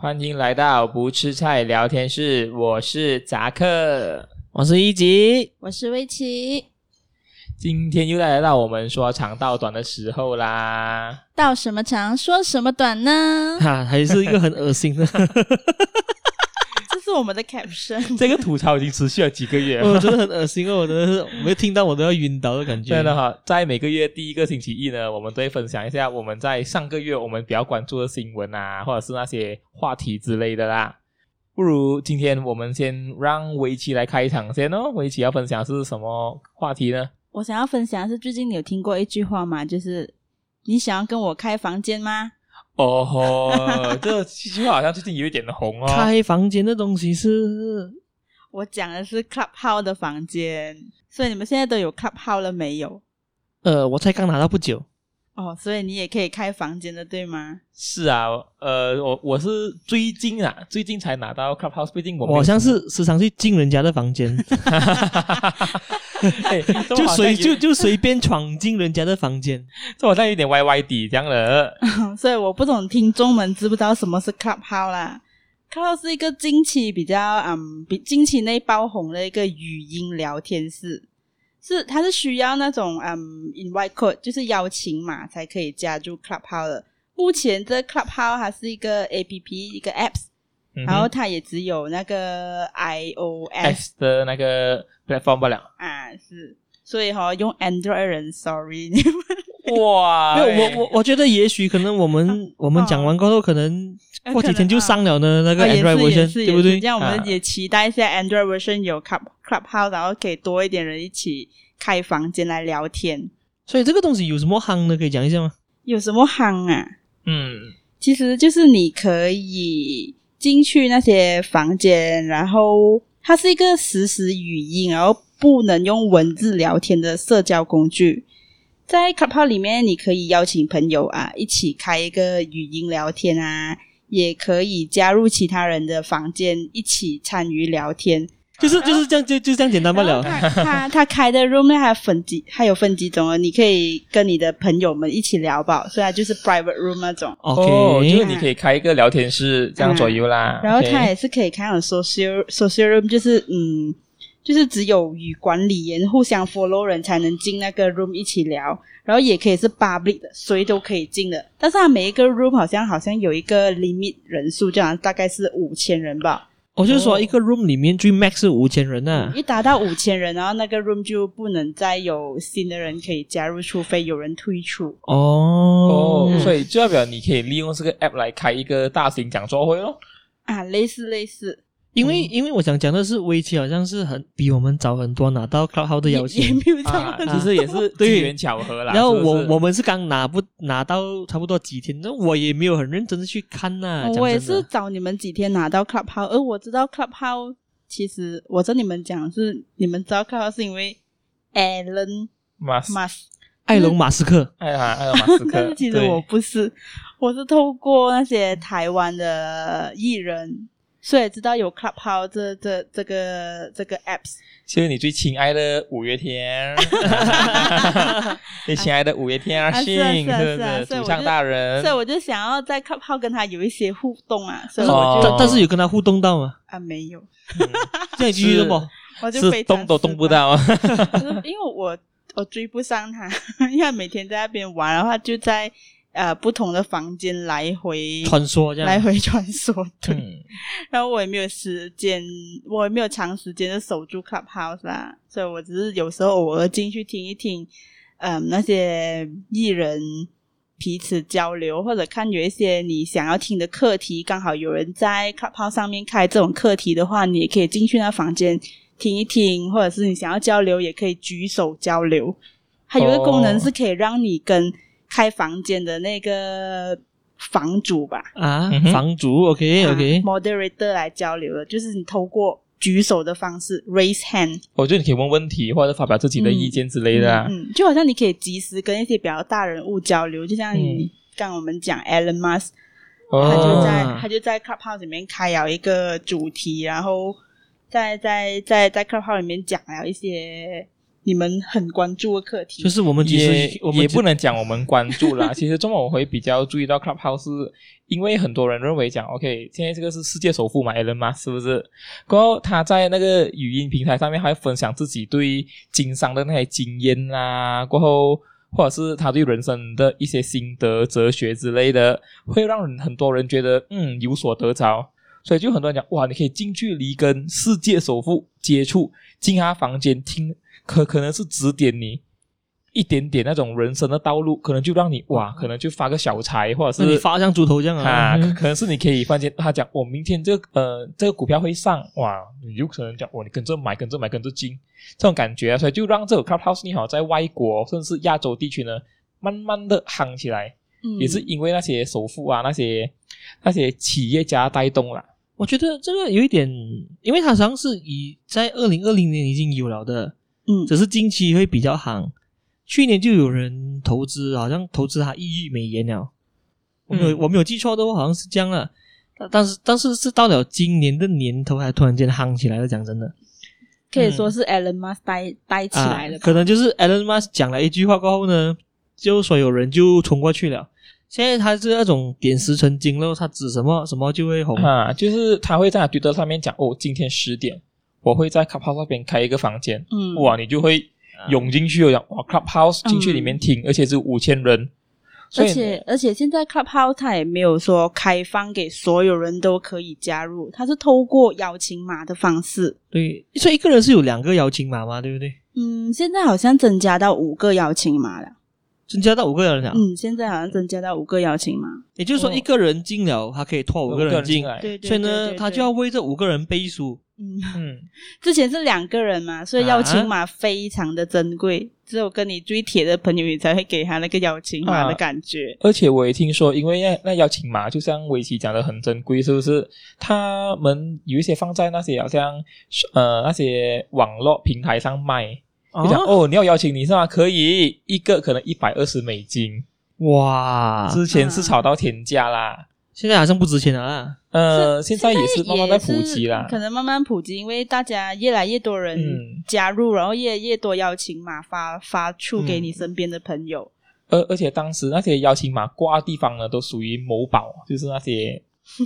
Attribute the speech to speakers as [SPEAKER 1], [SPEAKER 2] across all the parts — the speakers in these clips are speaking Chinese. [SPEAKER 1] 欢迎来到不吃菜聊天室，我是扎克。
[SPEAKER 2] 我是一级，
[SPEAKER 3] 我是威奇。
[SPEAKER 1] 今天又来到我们说长道短的时候啦。
[SPEAKER 3] 到什么长说什么短呢？
[SPEAKER 2] 哈、还是一个很恶心的，
[SPEAKER 3] 这是我们的 caption。
[SPEAKER 1] 这个吐槽已经持续了几个 月
[SPEAKER 2] 我
[SPEAKER 1] 了。
[SPEAKER 2] 觉得很恶心哦，我真的是没听到我都要晕倒的感觉。
[SPEAKER 1] 对的哈，在每个月第一个星期一呢，我们都会分享一下我们在上个月我们比较关注的新闻啊，或者是那些话题之类的啦。不如今天我们先让围棋来开场先哦，围棋要分享是什么话题呢？
[SPEAKER 3] 我想要分享的是，最近你有听过一句话吗？就是你想要跟我开房间吗？
[SPEAKER 1] 哦吼，这句话好像最近有一点 红哦。
[SPEAKER 2] 开房间的东西是
[SPEAKER 3] 我讲的是 Clubhouse 的房间，所以你们现在都有 Clubhouse 了没有？
[SPEAKER 2] 呃，我才刚拿到不久，
[SPEAKER 3] 哦，所以你也可以开房间的，对吗？
[SPEAKER 1] 是啊，呃，我我是最近啊，最近才拿到 Clubhouse，毕竟我
[SPEAKER 2] 我
[SPEAKER 1] 没有
[SPEAKER 2] 好像是时常去进人家的房间，
[SPEAKER 1] 哎这我
[SPEAKER 2] 就
[SPEAKER 1] 好像
[SPEAKER 2] 随
[SPEAKER 1] 有
[SPEAKER 2] 就就随便闯进人家的房间。
[SPEAKER 1] 这好像有点歪歪底这样嗯了。
[SPEAKER 3] 所以我不懂听众们知不知道什么是 Clubhouse 啦。Clubhouse 是一个近期比较嗯，比近期内爆红的一个语音聊天室，是它是需要那种嗯 invite code，就是邀请码才可以加入 Clubhouse 的。目前这 Clubhouse 它是一个 A P P 一个 Apps，、
[SPEAKER 1] 嗯哼
[SPEAKER 3] 然后它也只有那个 I O S
[SPEAKER 1] S 的那个 platform 不了。
[SPEAKER 3] 啊是，所以哈、用 Android 的人，sorry，哎
[SPEAKER 1] 哇
[SPEAKER 2] 没有，哎我我我觉得也许可能我们我们讲完过后，可能过几天就上了呢那
[SPEAKER 3] 哎啊
[SPEAKER 2] 个
[SPEAKER 3] 也
[SPEAKER 2] Android
[SPEAKER 3] 是也
[SPEAKER 2] version，
[SPEAKER 3] 是
[SPEAKER 2] 对不
[SPEAKER 3] 也是
[SPEAKER 2] 对
[SPEAKER 3] 这？样我
[SPEAKER 1] 啊
[SPEAKER 3] 们也期待一下 Android version 有 Club Clubhouse，然后给多一点人一起开房间来聊天。
[SPEAKER 2] 所以这个东西有什么夯呢？可以讲一下吗？
[SPEAKER 3] 有什么夯啊？
[SPEAKER 1] 嗯，
[SPEAKER 3] 其实就是你可以进去那些房间，然后它是一个实时语音，然后不能用文字聊天的社交工具。在 Clubhouse 里面，你可以邀请朋友啊，一起开一个语音聊天啊，也可以加入其他人的房间一起参与聊天。啊
[SPEAKER 2] 就是就是这样就就这样简单不
[SPEAKER 3] 然
[SPEAKER 2] 了
[SPEAKER 3] 后。他他他开的 room 呢，还有分几，还有分几种哦，你可以跟你的朋友们一起聊吧，所以它就是 private room 那种。
[SPEAKER 1] 哦，就是
[SPEAKER 2] OK，
[SPEAKER 1] 你可以开一个聊天室这样左右啦。
[SPEAKER 3] 然后它
[SPEAKER 1] OK
[SPEAKER 3] 也是可以开那种 social social room，就是嗯，就是只有与管理员互相 follow 人才能进那个 room 一起聊，然后也可以是 public 的，谁都可以进的。但是它每一个 room 好像好像有一个 limit 人数，这样大概是五千人吧。
[SPEAKER 2] 我哦就是
[SPEAKER 3] 哦
[SPEAKER 2] 说一个 room 里面最 max 是五千人啊呐。
[SPEAKER 3] 一达到五千人，然后那个 room 就不能再有新的人可以加入，除非有人退出。
[SPEAKER 2] 哦
[SPEAKER 1] 哦，，所以就代表你可以利用这个 app 来开一个大型讲座会咯。
[SPEAKER 3] 啊，类似类似，
[SPEAKER 2] 因为因为我想讲的是，围棋好像是很比我们早很多拿到 Cloud 的
[SPEAKER 3] 也
[SPEAKER 2] 邀
[SPEAKER 3] 也
[SPEAKER 2] 请
[SPEAKER 3] 没，有这
[SPEAKER 1] 啊
[SPEAKER 3] 样，
[SPEAKER 1] 其实也是
[SPEAKER 2] 对
[SPEAKER 1] 机缘巧合啦。
[SPEAKER 2] 然后
[SPEAKER 1] 是不
[SPEAKER 2] 我
[SPEAKER 1] 是
[SPEAKER 2] 我们是刚拿不拿到差不多几天，那我也没有很认真的去看呐、讲真的
[SPEAKER 3] 哦我也是找你们几天拿到 Clubhouse，而我知道 Clubhouse，其实我跟你们讲是你们知道 Clubhouse 是因为 Elon
[SPEAKER 1] 马斯
[SPEAKER 3] Musk，
[SPEAKER 2] 埃隆马斯克，
[SPEAKER 1] 哎呀，埃隆马斯
[SPEAKER 3] 但
[SPEAKER 1] 克
[SPEAKER 3] 是，其实
[SPEAKER 1] 对
[SPEAKER 3] 我不是，我是透过那些台湾的艺人，所以知道有 Clubhouse 这这这个这个 apps。
[SPEAKER 1] 就是你最亲爱的五月 天，最亲爱的五月天阿
[SPEAKER 3] 啊
[SPEAKER 1] 信，
[SPEAKER 3] 是啊是啊
[SPEAKER 1] 是
[SPEAKER 3] 是啊
[SPEAKER 1] 不是？
[SPEAKER 3] 所以
[SPEAKER 1] 主
[SPEAKER 3] 我
[SPEAKER 1] 唱
[SPEAKER 3] 就
[SPEAKER 1] 大人
[SPEAKER 3] 所以，我就想要在 Clubhouse 跟他有一些互动啊，所以我
[SPEAKER 1] 哦
[SPEAKER 3] 就、
[SPEAKER 2] 但但是有跟他互动到吗？
[SPEAKER 3] 啊没有，啊
[SPEAKER 2] 这样继续的
[SPEAKER 1] 是
[SPEAKER 2] 不？
[SPEAKER 3] 我就是非常
[SPEAKER 1] 动都动不
[SPEAKER 3] 失败
[SPEAKER 1] 到。
[SPEAKER 3] 可是因为我我追不上他， 因为他每天在那边玩，然后他就在呃不同的房间来回
[SPEAKER 2] 传说这
[SPEAKER 3] 来
[SPEAKER 2] 样，
[SPEAKER 3] 回穿梭，对。
[SPEAKER 1] 嗯
[SPEAKER 3] 然后我也没有时间，我也没有长时间的守住 Clubhouse 啦，所以我只是有时候偶尔进去听一听，嗯，那些艺人彼此交流，或者看有一些你想要听的课题，刚好有人在 Clubhouse 上面开这种课题的话，你也可以进去那房间听一听，或者是你想要交流，也可以举手交流。还有一个功能
[SPEAKER 1] 哦
[SPEAKER 3] 是可以让你跟开房间的那个房主吧，
[SPEAKER 2] 啊
[SPEAKER 1] 嗯哼，
[SPEAKER 2] 房主 OK
[SPEAKER 3] 啊
[SPEAKER 2] OK，
[SPEAKER 3] moderator 来交流的，就是你透过举手的方式 raise hand
[SPEAKER 1] 我觉得你可以问问题，或者发表自己的意见之类的啊。
[SPEAKER 3] 嗯，嗯就好像你可以及时跟一些比较大人物交流，就像你刚我们讲 Elon Musk，、他就
[SPEAKER 1] 哦，
[SPEAKER 3] 在
[SPEAKER 2] 嗯哦
[SPEAKER 3] 他就在 Clubhouse 里面开了一个主题，然后在在在在 Clubhouse 里面讲了一些。你们很关注的课题。
[SPEAKER 2] 就是我们其实
[SPEAKER 1] 也
[SPEAKER 2] 我们
[SPEAKER 1] 也
[SPEAKER 2] 只
[SPEAKER 1] 不能讲我们关注啦。其实中文我会比较注意到 Clubhouse，是因为很多人认为讲 OK，现在这个是世界首富嘛，Elon Musk 是不是？然后他在那个语音平台上面还分享自己对经商的那些经验啦，过后或者是他对人生的一些心得、哲学之类的，会让人很多人觉得嗯有所得着。所以就很多人讲哇，你可以近距离跟世界首富接触，进他房间听，可可能是指点你一点点那种人生的道路，可能就让你哇，可能就发个小财，或者
[SPEAKER 2] 那
[SPEAKER 1] 是
[SPEAKER 2] 你发像猪头这样啊
[SPEAKER 1] 啊，可可能是你可以发现他讲，我、明天这个呃这个股票会上，哇，你有可能讲，我、你跟着买，跟着买，跟着进，这种感觉啊、所以就让这个 Clubhouse 你好在外国甚至亚洲地区呢，慢慢的夯起来，
[SPEAKER 3] 嗯
[SPEAKER 1] 也是因为那些首富啊，那些那些企业家带动了。
[SPEAKER 2] 我觉得这个有一点，因为它好像是以在二零二零年已经有了的，
[SPEAKER 3] 嗯
[SPEAKER 2] 只是近期会比较行。去年就有人投资，好像投资它一亿美元了。我没有、
[SPEAKER 1] 嗯
[SPEAKER 2] 我没有记错的话，好像是这样了。但但是但是是到了今年的年头，还突然间夯起来了。讲真的，
[SPEAKER 3] 可以说是 Elon Musk 带带起来了
[SPEAKER 2] 嗯啊，
[SPEAKER 3] 吧。
[SPEAKER 2] 可能就是 Elon Musk 讲了一句话过后呢，就所有人就冲过去了。现在他是那种点石成金了，他指什么什么就会红。
[SPEAKER 3] 哦
[SPEAKER 1] 啊，就是他会在他 Twitter 上面讲，哦，今天十点，我会在 Clubhouse 那边开一个房间，
[SPEAKER 3] 嗯，
[SPEAKER 1] 哇，你就会涌进去，我讲哇，Clubhouse 进去里面听，而且是五千人，所
[SPEAKER 3] 而
[SPEAKER 1] 以
[SPEAKER 3] 且而且现在 Clubhouse 它也没有说开放给所有人都可以加入，它是透过邀请码的方式。
[SPEAKER 2] 对，所以一个人是有两个邀请码嘛，对不对？
[SPEAKER 3] 嗯，现在好像增加到五个邀请码了。
[SPEAKER 2] 增加到五个人了，
[SPEAKER 3] 嗯，现在好像增加到五个邀请码。
[SPEAKER 2] 也就是说
[SPEAKER 1] 哦
[SPEAKER 2] 一个人进了，他可以拖
[SPEAKER 1] 五
[SPEAKER 2] 五
[SPEAKER 1] 个
[SPEAKER 2] 个
[SPEAKER 1] 人
[SPEAKER 2] 人进
[SPEAKER 1] 进，来，
[SPEAKER 3] 对对对
[SPEAKER 2] 所以
[SPEAKER 3] 对
[SPEAKER 2] 呢，
[SPEAKER 3] 对
[SPEAKER 2] 他就要为这五个人背书。
[SPEAKER 3] 嗯，
[SPEAKER 1] 嗯，
[SPEAKER 3] 之前是两个人嘛，所以
[SPEAKER 2] 啊
[SPEAKER 3] 邀请码非常的珍贵，只有跟你最铁的朋友，你才会给他那个邀请码的感觉。
[SPEAKER 1] 而且我也听说，因为那那邀请码，就像围棋讲的很珍贵，是不是？他们有一些放在那些好像呃那些网络平台上卖，就讲
[SPEAKER 2] 啊
[SPEAKER 1] 哦，你要邀请你是吗？可以，一个可能一百二十美金，
[SPEAKER 2] 哇，
[SPEAKER 1] 之前是
[SPEAKER 3] 啊
[SPEAKER 1] 炒到天价啦，
[SPEAKER 2] 现在好像不值钱了 啦。
[SPEAKER 1] 呃，现在也是
[SPEAKER 3] 是
[SPEAKER 1] 慢慢在普及啦，
[SPEAKER 3] 可能慢慢普及，因为大家越来越多人
[SPEAKER 1] 嗯
[SPEAKER 3] 加入，然后越来越多邀请码发发出给
[SPEAKER 1] 嗯
[SPEAKER 3] 你身边的朋友。
[SPEAKER 1] 而而且当时那些邀请码挂的地方呢，都属于某宝，就是那些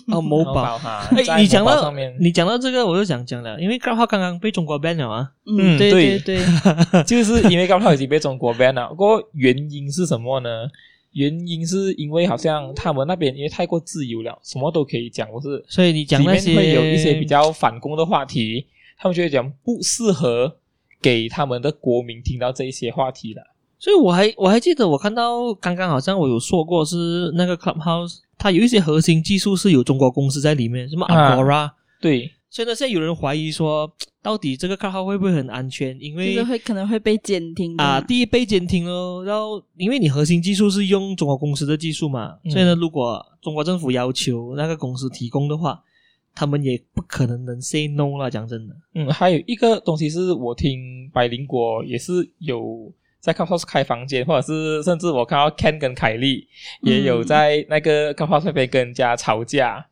[SPEAKER 2] 哦，某宝，
[SPEAKER 1] 哈，在
[SPEAKER 2] 哎，你讲
[SPEAKER 1] 某宝
[SPEAKER 2] 到
[SPEAKER 1] 上面，
[SPEAKER 2] 你讲到这个，我就想讲了，因为高话刚刚被中国 ban 了啊。
[SPEAKER 3] 嗯，
[SPEAKER 1] 嗯
[SPEAKER 3] 对
[SPEAKER 1] 对
[SPEAKER 3] 对，
[SPEAKER 1] 就是因为高票已经被中国 ban 了。不过原因是什么呢？原因是因为好像他们那边因为太过自由了，什么都可以讲，不是？
[SPEAKER 2] 所以你讲
[SPEAKER 1] 里
[SPEAKER 2] 那
[SPEAKER 1] 面
[SPEAKER 2] 些
[SPEAKER 1] 会有一些比较反攻的话题，他们就会讲不适合给他们的国民听到这一些话题了。
[SPEAKER 2] 所以我还我还记得，我看到刚刚好像我有说过是那个 Clubhouse，它有一些核心技术是有中国公司在里面，什么
[SPEAKER 1] 啊
[SPEAKER 2] Agora，、
[SPEAKER 1] 对，
[SPEAKER 2] 所以呢，现在有人怀疑说，到底这个 Clubhouse 会不会很安全？因
[SPEAKER 3] 对
[SPEAKER 2] 为
[SPEAKER 3] 就是会可能会被监听的
[SPEAKER 2] 啊，
[SPEAKER 1] 嗯
[SPEAKER 3] 嘛
[SPEAKER 2] 第一被监听咯，然后因为你核心技术是用中国公司的技术嘛，
[SPEAKER 1] 嗯
[SPEAKER 2] 所以呢，如果中国政府要求那个公司提供的话，他们也不可能能 say no 啦。讲真的，
[SPEAKER 1] 嗯，还有一个东西是我听百灵果也是有在 Clubhouse 开房间，或者是甚至我看到 Ken 跟凯莉也有在那个 Clubhouse 那边跟人家吵架。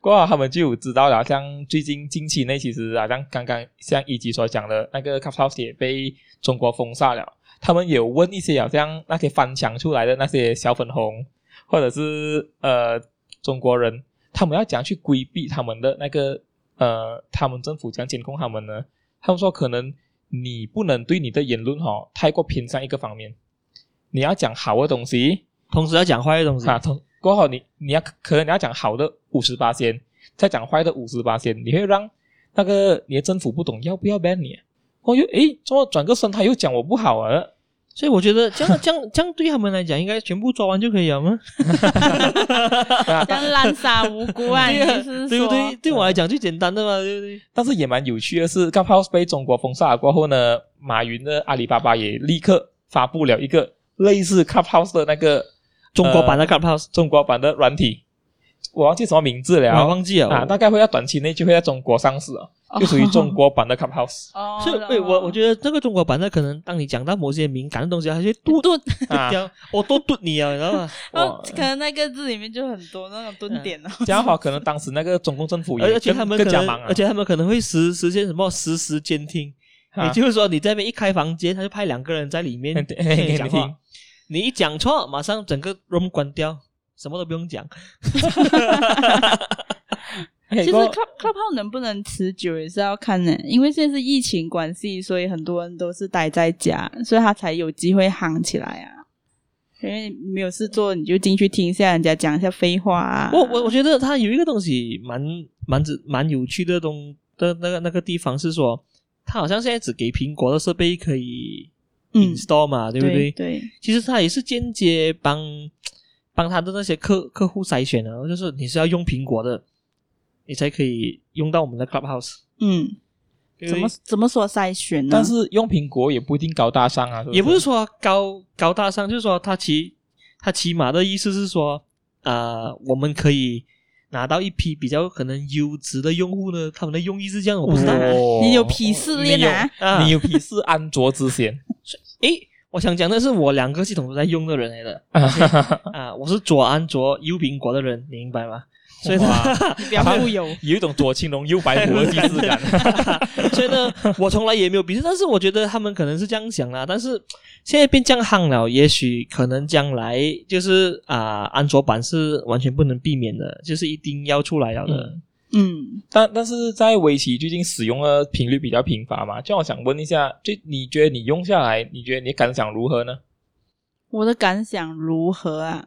[SPEAKER 1] 过后他们就有知道了，好像最近近期内，其实好像刚刚像一级所讲的那个 Clubhouse 也被中国封杀了。他们有问一些好像那些翻墙出来的那些小粉红，或者是呃中国人，他们要怎样去规避他们的那个呃，他们政府怎样监控他们呢？他们说可能你不能对你的言论哦太过偏向一个方面，你要讲好的东西
[SPEAKER 2] 同时要讲坏的东西，
[SPEAKER 1] 啊，同过后你你要可能你要讲好的五十八先，再讲坏的五十八先，你会让那个你的政府不懂要不要 ban 你。我又诶，怎么转个身他又讲我不好啊？
[SPEAKER 2] 所以我觉得这样 这样这样对他们来讲，应该全部抓完就可以 了吗？
[SPEAKER 1] 啊
[SPEAKER 3] 这样滥杀无辜啊，
[SPEAKER 1] 哎
[SPEAKER 2] 对
[SPEAKER 3] 你
[SPEAKER 2] 啊
[SPEAKER 3] 就是
[SPEAKER 2] 对不对？
[SPEAKER 3] 说？
[SPEAKER 2] 对我来
[SPEAKER 1] 呃
[SPEAKER 2] 讲最简单的嘛，对不对？
[SPEAKER 1] 但是也蛮有趣的是，Clubhouse 被中国封杀了过后呢，马云的阿里巴巴也立刻发布了一个类似 Clubhouse 的那个
[SPEAKER 2] 中国版的
[SPEAKER 1] 呃
[SPEAKER 2] Clubhouse，
[SPEAKER 1] 中国版的软体，我忘记什么名字了
[SPEAKER 2] 我忘记了。哦
[SPEAKER 1] 啊，大概会在短期内就会在中国上市了，就属于中国版的 Clubhouse
[SPEAKER 3] 哦。
[SPEAKER 2] 所以，对我我觉得这个中国版的，可能当你讲到某些敏感的东西，它就会嘟
[SPEAKER 3] 顿，
[SPEAKER 1] 啊。
[SPEAKER 2] 掉，我都嘟你啊，你知道吗？
[SPEAKER 3] 然
[SPEAKER 1] 哇
[SPEAKER 3] 后可能那个字里面就很多那种顿点哦。
[SPEAKER 2] 嗯
[SPEAKER 1] 这样好，可能当时那个中共政府也
[SPEAKER 2] 而且
[SPEAKER 1] 更
[SPEAKER 2] 他们
[SPEAKER 1] 更
[SPEAKER 2] 可
[SPEAKER 1] 加
[SPEAKER 2] 能
[SPEAKER 1] 忙，啊
[SPEAKER 2] 而且他们可能会实实现什么实时监听，
[SPEAKER 1] 啊
[SPEAKER 2] 也就是说你在那边一开房间，他就派两个人在里面
[SPEAKER 1] 对
[SPEAKER 2] 跟你讲
[SPEAKER 1] 给你听
[SPEAKER 2] 话，你一讲错，马上整个 room 关掉，什么都不用讲。
[SPEAKER 1] 啊其
[SPEAKER 2] 哎
[SPEAKER 3] 其实 club club house 能不能持久也是要看呢、因为现在是疫情关系，所以很多人都是待在家，所以他才有机会夯起来啊。因为没有事做，你就进去听一下人家讲一下废话啊。
[SPEAKER 2] 我我我觉得它有一个东西蛮蛮值蛮有趣的东的那个那个地方是说，它好像现在只给苹果的设备可以
[SPEAKER 3] 嗯
[SPEAKER 2] install 嘛，对不
[SPEAKER 3] 对
[SPEAKER 2] 对？
[SPEAKER 3] 对，
[SPEAKER 2] 其实它也是间接帮帮他的那些客客户筛选的，就是你是要用苹果的，你才可以用到我们的 Clubhouse。
[SPEAKER 3] 嗯，
[SPEAKER 2] 对
[SPEAKER 3] 怎么怎么说筛选呢？
[SPEAKER 1] 但是用苹果也不一定高大上啊，
[SPEAKER 2] 也不是
[SPEAKER 1] 说
[SPEAKER 2] 说高高大上，就是说他起他起码的意思是说，呃，我们可以拿到一批比较可能优质的用户呢，他们的用意是这样，我不知道。
[SPEAKER 3] 哦你有鄙视
[SPEAKER 1] 你
[SPEAKER 3] 链
[SPEAKER 1] 有
[SPEAKER 3] 啊
[SPEAKER 2] 啊
[SPEAKER 1] 哦你有鄙视安卓之 嫌，
[SPEAKER 2] 诶，我想讲的是，我两个系统都在用的人来的啊、我是左安卓右苹果的人，你明白吗？所以呢，
[SPEAKER 1] 哇
[SPEAKER 3] 比较富有，
[SPEAKER 1] 有一种左青龙右白虎的既视感。
[SPEAKER 2] 所以呢，我从来也没有鄙视，但是我觉得他们可能是这样想啦。但是现在变这样夯了，也许可能将来就是啊、安卓版是完全不能避免的，就是一定要出来了的。
[SPEAKER 1] 嗯
[SPEAKER 3] 嗯，
[SPEAKER 1] 但但是在围棋最近使用的频率比较频繁嘛，就我想问一下，就你觉得你用下来，你觉得你的感想如何呢？
[SPEAKER 3] 我的感想如何啊？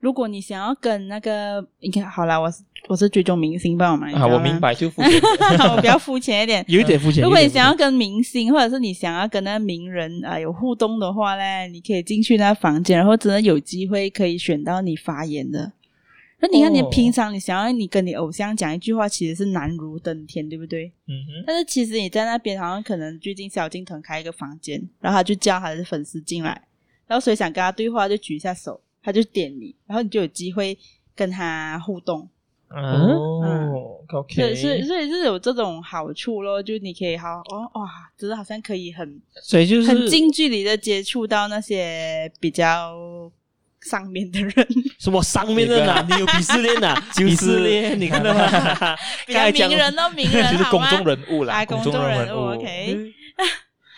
[SPEAKER 3] 如果你想要跟那个，你看好啦，我是我是追踪明星吧，我们
[SPEAKER 1] 啊，我 明，白，就付钱
[SPEAKER 3] 你知道吗我比较肤浅 一点。
[SPEAKER 2] 有一点肤浅。
[SPEAKER 3] 如果你想
[SPEAKER 2] 有
[SPEAKER 3] 要
[SPEAKER 2] 一点
[SPEAKER 3] 跟明星，或者是你想要跟那名人啊、有互动的话呢，你可以进去那房间，然后真的有机会可以选到你发言的。那你看，你
[SPEAKER 1] 哦
[SPEAKER 3] 平常你想要你跟你偶像讲一句话，其实是难如登天，对不对？
[SPEAKER 1] 嗯哼，
[SPEAKER 3] 但是其实你在那边好像可能最近萧敬腾开一个房间，然后他就叫他的粉丝进来，然后谁想跟他对话就举一下手，他就点你，然后你就有机会跟他互动。
[SPEAKER 2] 嗯
[SPEAKER 1] 哦，OK，
[SPEAKER 3] 所以所以所以是有这种好处咯，就你可以好哦哇，就是好像可以很
[SPEAKER 2] 所以就是
[SPEAKER 3] 很近距离的接触到那些比较上面的人，
[SPEAKER 2] 什么上面的呐，你有鄙视链呐，啊
[SPEAKER 1] 就是
[SPEAKER 2] 鄙视链，你看到吗？
[SPEAKER 3] 比
[SPEAKER 2] 刚才
[SPEAKER 3] 较
[SPEAKER 2] 讲
[SPEAKER 3] 名人哦，名 人
[SPEAKER 1] 就是
[SPEAKER 3] 好
[SPEAKER 1] 公
[SPEAKER 3] 吗？
[SPEAKER 1] 众人物啦，
[SPEAKER 3] 啊公众人
[SPEAKER 1] 人
[SPEAKER 3] 物，OK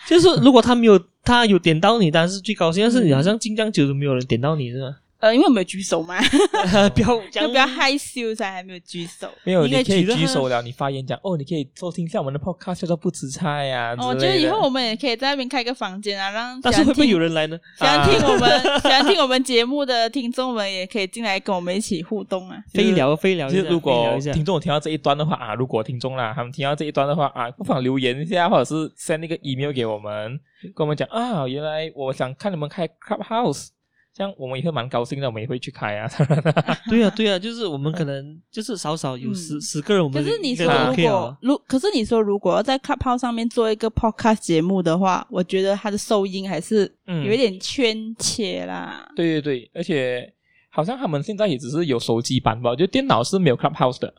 [SPEAKER 2] 就是如果他没有他有点到你，当然是最高兴。但是
[SPEAKER 3] 嗯
[SPEAKER 2] 你好像进将久都没有人点到你是吗？
[SPEAKER 3] 呃，因为我没有举手嘛，
[SPEAKER 2] 不要这
[SPEAKER 3] 就
[SPEAKER 2] 样
[SPEAKER 3] 比较害羞，所以还没有举手。
[SPEAKER 1] 没有，
[SPEAKER 2] 应该
[SPEAKER 1] 你可以
[SPEAKER 2] 举得他
[SPEAKER 1] 举手了。你发言讲哦，你可以收听一下我们的 podcast，叫做不吃菜呀、
[SPEAKER 3] 哦我
[SPEAKER 1] 啊之
[SPEAKER 3] 觉得
[SPEAKER 1] 类
[SPEAKER 3] 以
[SPEAKER 1] 的
[SPEAKER 3] 后我们也可以在那边开个房间 啊，让
[SPEAKER 2] 但是会不会有
[SPEAKER 3] 人
[SPEAKER 2] 人来呢？
[SPEAKER 3] 喜欢
[SPEAKER 1] 啊
[SPEAKER 3] 听我 们、喜欢听我们节目的听众们也可以进来跟我们一起互动啊。
[SPEAKER 1] 就是
[SPEAKER 2] 飞聊飞聊一
[SPEAKER 1] 就
[SPEAKER 2] 下，
[SPEAKER 1] 是如
[SPEAKER 2] 飞聊
[SPEAKER 1] 果
[SPEAKER 2] 一下
[SPEAKER 1] 听众有听到这一段的话啊，如果听众啦，他们听到这一段的话啊，不妨留言一下，或者是 send 一个 email 给我们，跟我们讲啊，原来我想看你们开 clubhouse，这样我们也会蛮高兴的，我们也会去开啊。 当然啦
[SPEAKER 2] 对啊，对啊，就是我们可能就是少少有
[SPEAKER 3] 嗯
[SPEAKER 2] 十十个人，我
[SPEAKER 3] 可
[SPEAKER 2] 们
[SPEAKER 3] 是你
[SPEAKER 2] 应该
[SPEAKER 3] 说
[SPEAKER 2] 都
[SPEAKER 1] 啊
[SPEAKER 3] 如
[SPEAKER 2] OK
[SPEAKER 3] 果
[SPEAKER 2] 了。
[SPEAKER 3] 如，可是你说如果要在 Clubhouse 上面做一个 podcast 节目的话，我觉得它的收音还是
[SPEAKER 1] 嗯
[SPEAKER 3] 有一点圈切啦。
[SPEAKER 1] 对对对，而且好像他们现在也只是有手机版吧，就电脑是没有 clubhouse 的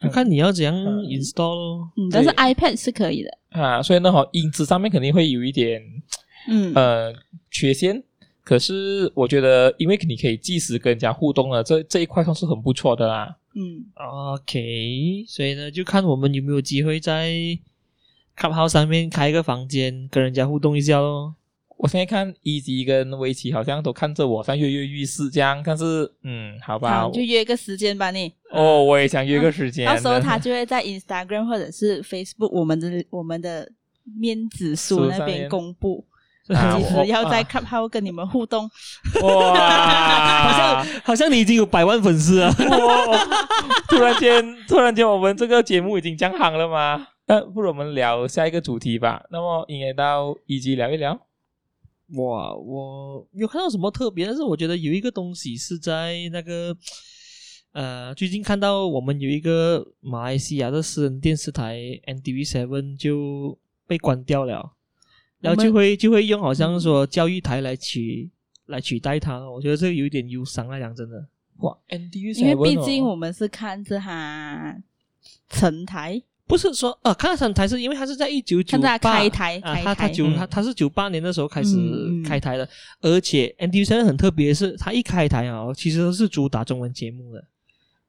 [SPEAKER 2] 就看你要怎样
[SPEAKER 1] 嗯
[SPEAKER 2] install 咯。
[SPEAKER 3] 嗯，但是
[SPEAKER 1] 对
[SPEAKER 3] iPad 是可以的。
[SPEAKER 1] 啊，所以呢，哈，音质上面肯定会有一点
[SPEAKER 3] 嗯，
[SPEAKER 1] 呃缺陷。可是我觉得，因为你可以即时跟人家互动了，啊这这一块算是很不错的啦。
[SPEAKER 3] 嗯，
[SPEAKER 2] OK，所以呢，就看我们有没有机会在 Clubhouse 上面开一个房间，跟人家互动一下咯。
[SPEAKER 1] 我现在看一级跟围棋好像都看着我，像跃跃欲试这样。但是，嗯，好吧，
[SPEAKER 3] 好，就约个时间吧你。
[SPEAKER 1] 哦，我也想约个时间。
[SPEAKER 3] 到时 候他就会在 Instagram 或者是 Facebook 我们的我们的面子书
[SPEAKER 1] 书
[SPEAKER 3] 那
[SPEAKER 1] 上
[SPEAKER 3] 边
[SPEAKER 1] 面
[SPEAKER 3] 公 布，
[SPEAKER 1] 啊
[SPEAKER 3] 几
[SPEAKER 1] 我
[SPEAKER 3] 时要在
[SPEAKER 2] 啊
[SPEAKER 3] Clubhouse 跟你们 互动。
[SPEAKER 2] 好
[SPEAKER 1] 哇
[SPEAKER 2] 像，好像你已经有百万粉丝啊了。
[SPEAKER 1] 我突然间，突然间，我们这个节目已经降行了吗？那不如我们聊下一个主题吧。那么，应该到一级聊一聊。
[SPEAKER 2] 哇，我没有看到什么特别，但是我觉得有一个东西是在那个，呃，最近看到我们有一个马来西亚的私人电视台 NTV Seven 就被关掉了，然后
[SPEAKER 3] 我们嗯
[SPEAKER 2] 就会就会用好像说教育台来取来取代它，我觉得这个有一点忧伤来讲真的。
[SPEAKER 1] 哇，NDU，
[SPEAKER 3] 因为毕
[SPEAKER 2] 哦
[SPEAKER 3] 竟我们是看着他成台，
[SPEAKER 2] 不是说呃，看上台是因为它是在一九九
[SPEAKER 3] 看着
[SPEAKER 2] 八
[SPEAKER 3] 它开台
[SPEAKER 2] 啊，
[SPEAKER 3] 开
[SPEAKER 2] 他他
[SPEAKER 3] 台
[SPEAKER 2] 九
[SPEAKER 1] 嗯
[SPEAKER 2] 他他是九八年的时候开始
[SPEAKER 3] 嗯嗯
[SPEAKER 2] 开台的，而且 NTV 现在很特别是，它一开台啊，其实都是主打中文节目的，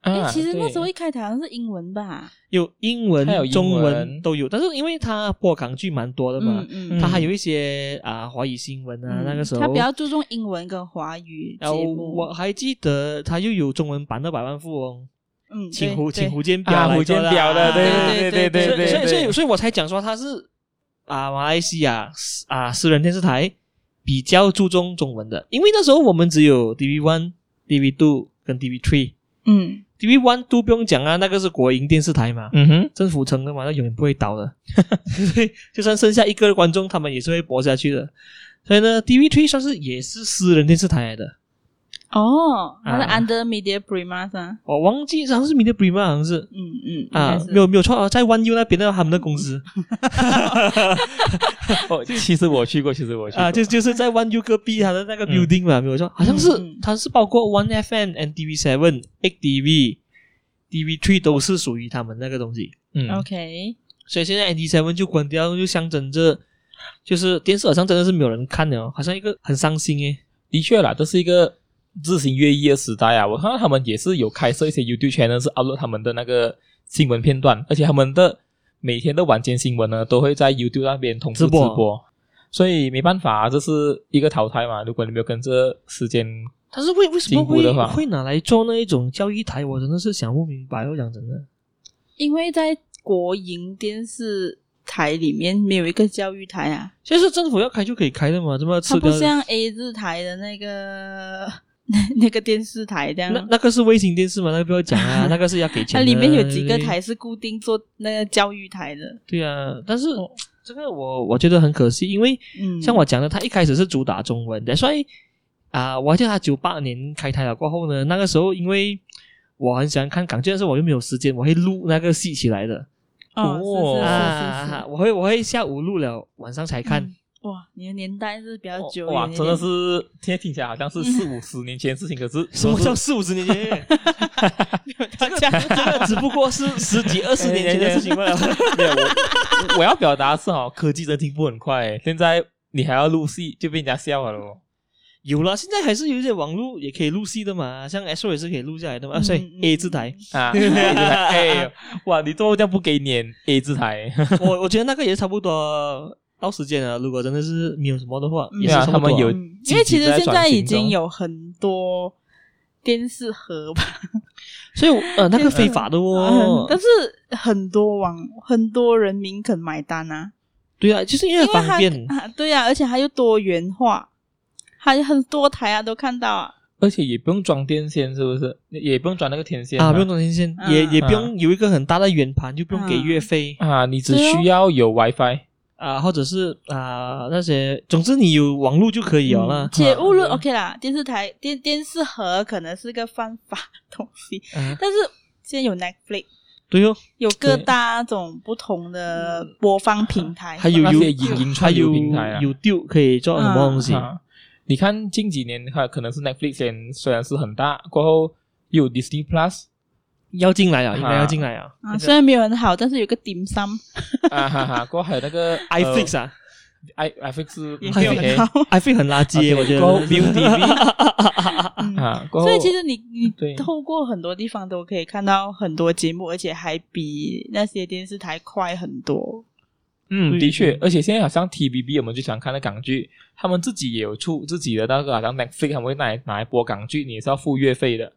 [SPEAKER 3] 哎、
[SPEAKER 1] 啊
[SPEAKER 3] 其实那时候
[SPEAKER 1] 对
[SPEAKER 3] 一开台好像是英文吧，
[SPEAKER 2] 有英文
[SPEAKER 1] 它有、英
[SPEAKER 2] 中文
[SPEAKER 1] 文
[SPEAKER 2] 都有，但是因为它播港剧蛮多的嘛
[SPEAKER 3] 嗯，嗯
[SPEAKER 2] 它
[SPEAKER 1] 嗯
[SPEAKER 2] 还有一些啊华语新闻啊，
[SPEAKER 3] 嗯
[SPEAKER 2] 那个时候
[SPEAKER 3] 他比较注重英文跟华语节
[SPEAKER 2] 然后
[SPEAKER 3] 目，
[SPEAKER 2] 我还记得它又有中文版的《百万富翁
[SPEAKER 3] 嗯，》，
[SPEAKER 2] 请
[SPEAKER 3] 对
[SPEAKER 2] 胡
[SPEAKER 3] 对
[SPEAKER 2] 请胡建
[SPEAKER 1] 啊
[SPEAKER 2] 彪来
[SPEAKER 1] 胡
[SPEAKER 2] 做
[SPEAKER 1] 建
[SPEAKER 2] 的
[SPEAKER 1] 彪的，
[SPEAKER 2] 啊
[SPEAKER 1] 对对
[SPEAKER 3] 对
[SPEAKER 1] 对
[SPEAKER 2] 所以
[SPEAKER 1] 对，
[SPEAKER 2] 所以所以
[SPEAKER 1] 对
[SPEAKER 2] 所以我才讲说它是啊马来西亚私啊私人电视台比较注重中文的，因为那时候我们只有 DV One、DV Two 跟 DV Three。
[SPEAKER 3] 嗯
[SPEAKER 2] DV One Two 不用讲啊，那个是国营电视台嘛，
[SPEAKER 1] 嗯哼，
[SPEAKER 2] 政府撑的嘛，那永远不会倒的。 所以就算剩下一个观众，他们也是会播下去的。所以呢，DV Three 算是也是私人电视台来的，
[SPEAKER 3] 哦，他是
[SPEAKER 2] 啊
[SPEAKER 3] Under Media Prima 是吧？
[SPEAKER 2] 我忘记好像是 Media Prima，好像是
[SPEAKER 3] 嗯嗯，
[SPEAKER 2] 啊
[SPEAKER 3] 应该，是
[SPEAKER 2] 没有没有错啊，在 One U 那边的他们的公司
[SPEAKER 1] 哦，其实我去过，其实我去过
[SPEAKER 2] 啊，就就是在 One U 隔壁他的那个 building 嘛，没有错，好像
[SPEAKER 3] 嗯
[SPEAKER 2] 是
[SPEAKER 3] 嗯
[SPEAKER 2] 它是包括 One FM、n TV Seven、Eight TV、DV Three 都是属于他们那个东西。
[SPEAKER 1] 嗯
[SPEAKER 3] OK，
[SPEAKER 2] 所以现在 NT Seven 就关掉，就象征着就是电视好像真的是没有人看了，好像一个很伤心诶。
[SPEAKER 1] 的确啦，这是一个日新月异的时代啊！我看到他们也是有开设一些 YouTube channel 是 upload 他们的那个新闻片段，而且他们的每天的晚间新闻呢，都会在 YouTube 那边同步
[SPEAKER 2] 直
[SPEAKER 1] 直
[SPEAKER 2] 播
[SPEAKER 1] 播。所以没办法、啊，这是一个淘汰嘛。如果你没有跟着时间，
[SPEAKER 2] 但是为为什
[SPEAKER 1] 进
[SPEAKER 2] 么
[SPEAKER 1] 步
[SPEAKER 2] 会
[SPEAKER 1] 的话
[SPEAKER 2] 会拿来做那一种教育台？我真的是想不明白。我讲真的，
[SPEAKER 3] 因为在国营电视台里面没有一个教育台啊，
[SPEAKER 2] 其实政府要开就可以开的嘛，这么吃
[SPEAKER 3] 它不
[SPEAKER 2] 个
[SPEAKER 3] 像 A 日台的那个 那那个电视台这样
[SPEAKER 2] 那。那个是卫星电视嘛，那个不要讲 啊，那个是要给钱
[SPEAKER 3] 它
[SPEAKER 2] 的。
[SPEAKER 3] 里面有几个台是固定做那个教育台的，
[SPEAKER 2] 对啊，但是这个我我觉得很可惜，因为
[SPEAKER 3] 嗯，
[SPEAKER 2] 像我讲的，他一开始是主打中文的，所以啊、我还记得他九八年开台了过后呢，那个时候因为我很喜欢看港剧，但是我又没有时间，我会录那个戏起来的
[SPEAKER 1] 哦
[SPEAKER 3] 哦，是是是是
[SPEAKER 2] 啊，我会我会下午录了，晚上才看。
[SPEAKER 3] 嗯哇，你的年代是比较久远
[SPEAKER 1] 哇，
[SPEAKER 3] 一
[SPEAKER 1] 真的
[SPEAKER 3] 点
[SPEAKER 1] 是现在听起来好像是四五十年前的事情，可是
[SPEAKER 2] 什么
[SPEAKER 1] 都
[SPEAKER 2] 叫
[SPEAKER 1] 是
[SPEAKER 2] 四五十年前？
[SPEAKER 3] 大家
[SPEAKER 2] 这个只不过是十几二十年前的事情罢了。
[SPEAKER 1] 没有我我要表达的是哦，科技真的进步很快欸，现在你还要录戏就被人家笑了咯。
[SPEAKER 2] 有了，现在还是有一些网络也可以录戏的嘛，像 S O 也是可以录下来的嘛，
[SPEAKER 3] 嗯
[SPEAKER 2] 所以
[SPEAKER 3] 嗯
[SPEAKER 2] A 字台，
[SPEAKER 1] 啊，A 字台， 哎， 哇，你做这样不给脸 A 字台，
[SPEAKER 2] 我我觉得那个也差不多到时间了。如果真的是没有什么的话，
[SPEAKER 3] 嗯
[SPEAKER 2] 也是差不多
[SPEAKER 1] 对啊他们有
[SPEAKER 3] 嗯
[SPEAKER 1] 积极
[SPEAKER 3] 因为其实
[SPEAKER 1] 在
[SPEAKER 3] 现
[SPEAKER 1] 转
[SPEAKER 3] 在已
[SPEAKER 1] 型中
[SPEAKER 3] 经有很多电视盒吧，
[SPEAKER 2] 所以我呃，那个非法的哦
[SPEAKER 3] 嗯， 但是很多网很多人民肯买单啊，
[SPEAKER 2] 对啊，就是因
[SPEAKER 3] 因
[SPEAKER 2] 为
[SPEAKER 3] 为它
[SPEAKER 2] 方便，
[SPEAKER 3] 啊，对啊，而且它又多元化，还有很多台啊都看到啊，
[SPEAKER 1] 而且也不用装电线，是不是？也不用装那个天线
[SPEAKER 2] 啊，
[SPEAKER 1] 嘛
[SPEAKER 2] 不用东西线，
[SPEAKER 3] 嗯
[SPEAKER 2] 也也
[SPEAKER 1] 嗯
[SPEAKER 2] 不用有一个很大的圆盘，就不用给
[SPEAKER 3] 嗯
[SPEAKER 2] 月费
[SPEAKER 1] 啊，你只
[SPEAKER 3] 对哦
[SPEAKER 1] 需要有 WiFi，
[SPEAKER 2] 啊，或者是啊那些，总之你有网络就可以了
[SPEAKER 3] 嗯
[SPEAKER 2] 啦。
[SPEAKER 3] 且无论
[SPEAKER 1] 对
[SPEAKER 3] OK 啦，电视台电电视盒可能是个犯法的东西，
[SPEAKER 1] 嗯
[SPEAKER 2] 啊，
[SPEAKER 3] 但是现在有 Netflix，
[SPEAKER 2] 对哦，
[SPEAKER 3] 有各
[SPEAKER 1] 对嗯
[SPEAKER 3] 大种不同的播放平台，
[SPEAKER 2] 还有
[SPEAKER 1] 那
[SPEAKER 2] 有
[SPEAKER 1] 些影音
[SPEAKER 2] 还
[SPEAKER 1] 串流
[SPEAKER 2] 有
[SPEAKER 1] 平台啊
[SPEAKER 2] 有丢可以做什么东西？
[SPEAKER 1] 啊，你看近几年，它可能是 Netflix 先虽然是很大，过后又有 Disney Plus
[SPEAKER 2] 要进来啊，应该
[SPEAKER 1] 啊
[SPEAKER 2] 要进来啊
[SPEAKER 3] 啊，虽然没有很好，但是有个 Dim Sum
[SPEAKER 1] 啊哈哈，过后还有那 个呃
[SPEAKER 2] ，iFlix 啊
[SPEAKER 1] ，i iFlix 是
[SPEAKER 3] 也没有
[SPEAKER 1] OK
[SPEAKER 3] 很好。
[SPEAKER 2] ，iFlix 很垃圾耶，
[SPEAKER 1] OK，
[SPEAKER 2] 我觉得。
[SPEAKER 1] 过后 ViuTV
[SPEAKER 3] 嗯
[SPEAKER 1] 啊，过后
[SPEAKER 3] 所以其实你你
[SPEAKER 1] 对
[SPEAKER 3] 透过很多地方都可以看到很多节目，而且还比那些电视台快很多。
[SPEAKER 1] 嗯，
[SPEAKER 2] 对
[SPEAKER 1] 的确
[SPEAKER 2] 对，
[SPEAKER 1] 而且现在好像 TVB 我们最常看的港剧，他们自己也有出自己的那个，好像 Netflix 他们会拿来拿来播港剧，你也是要付月费的。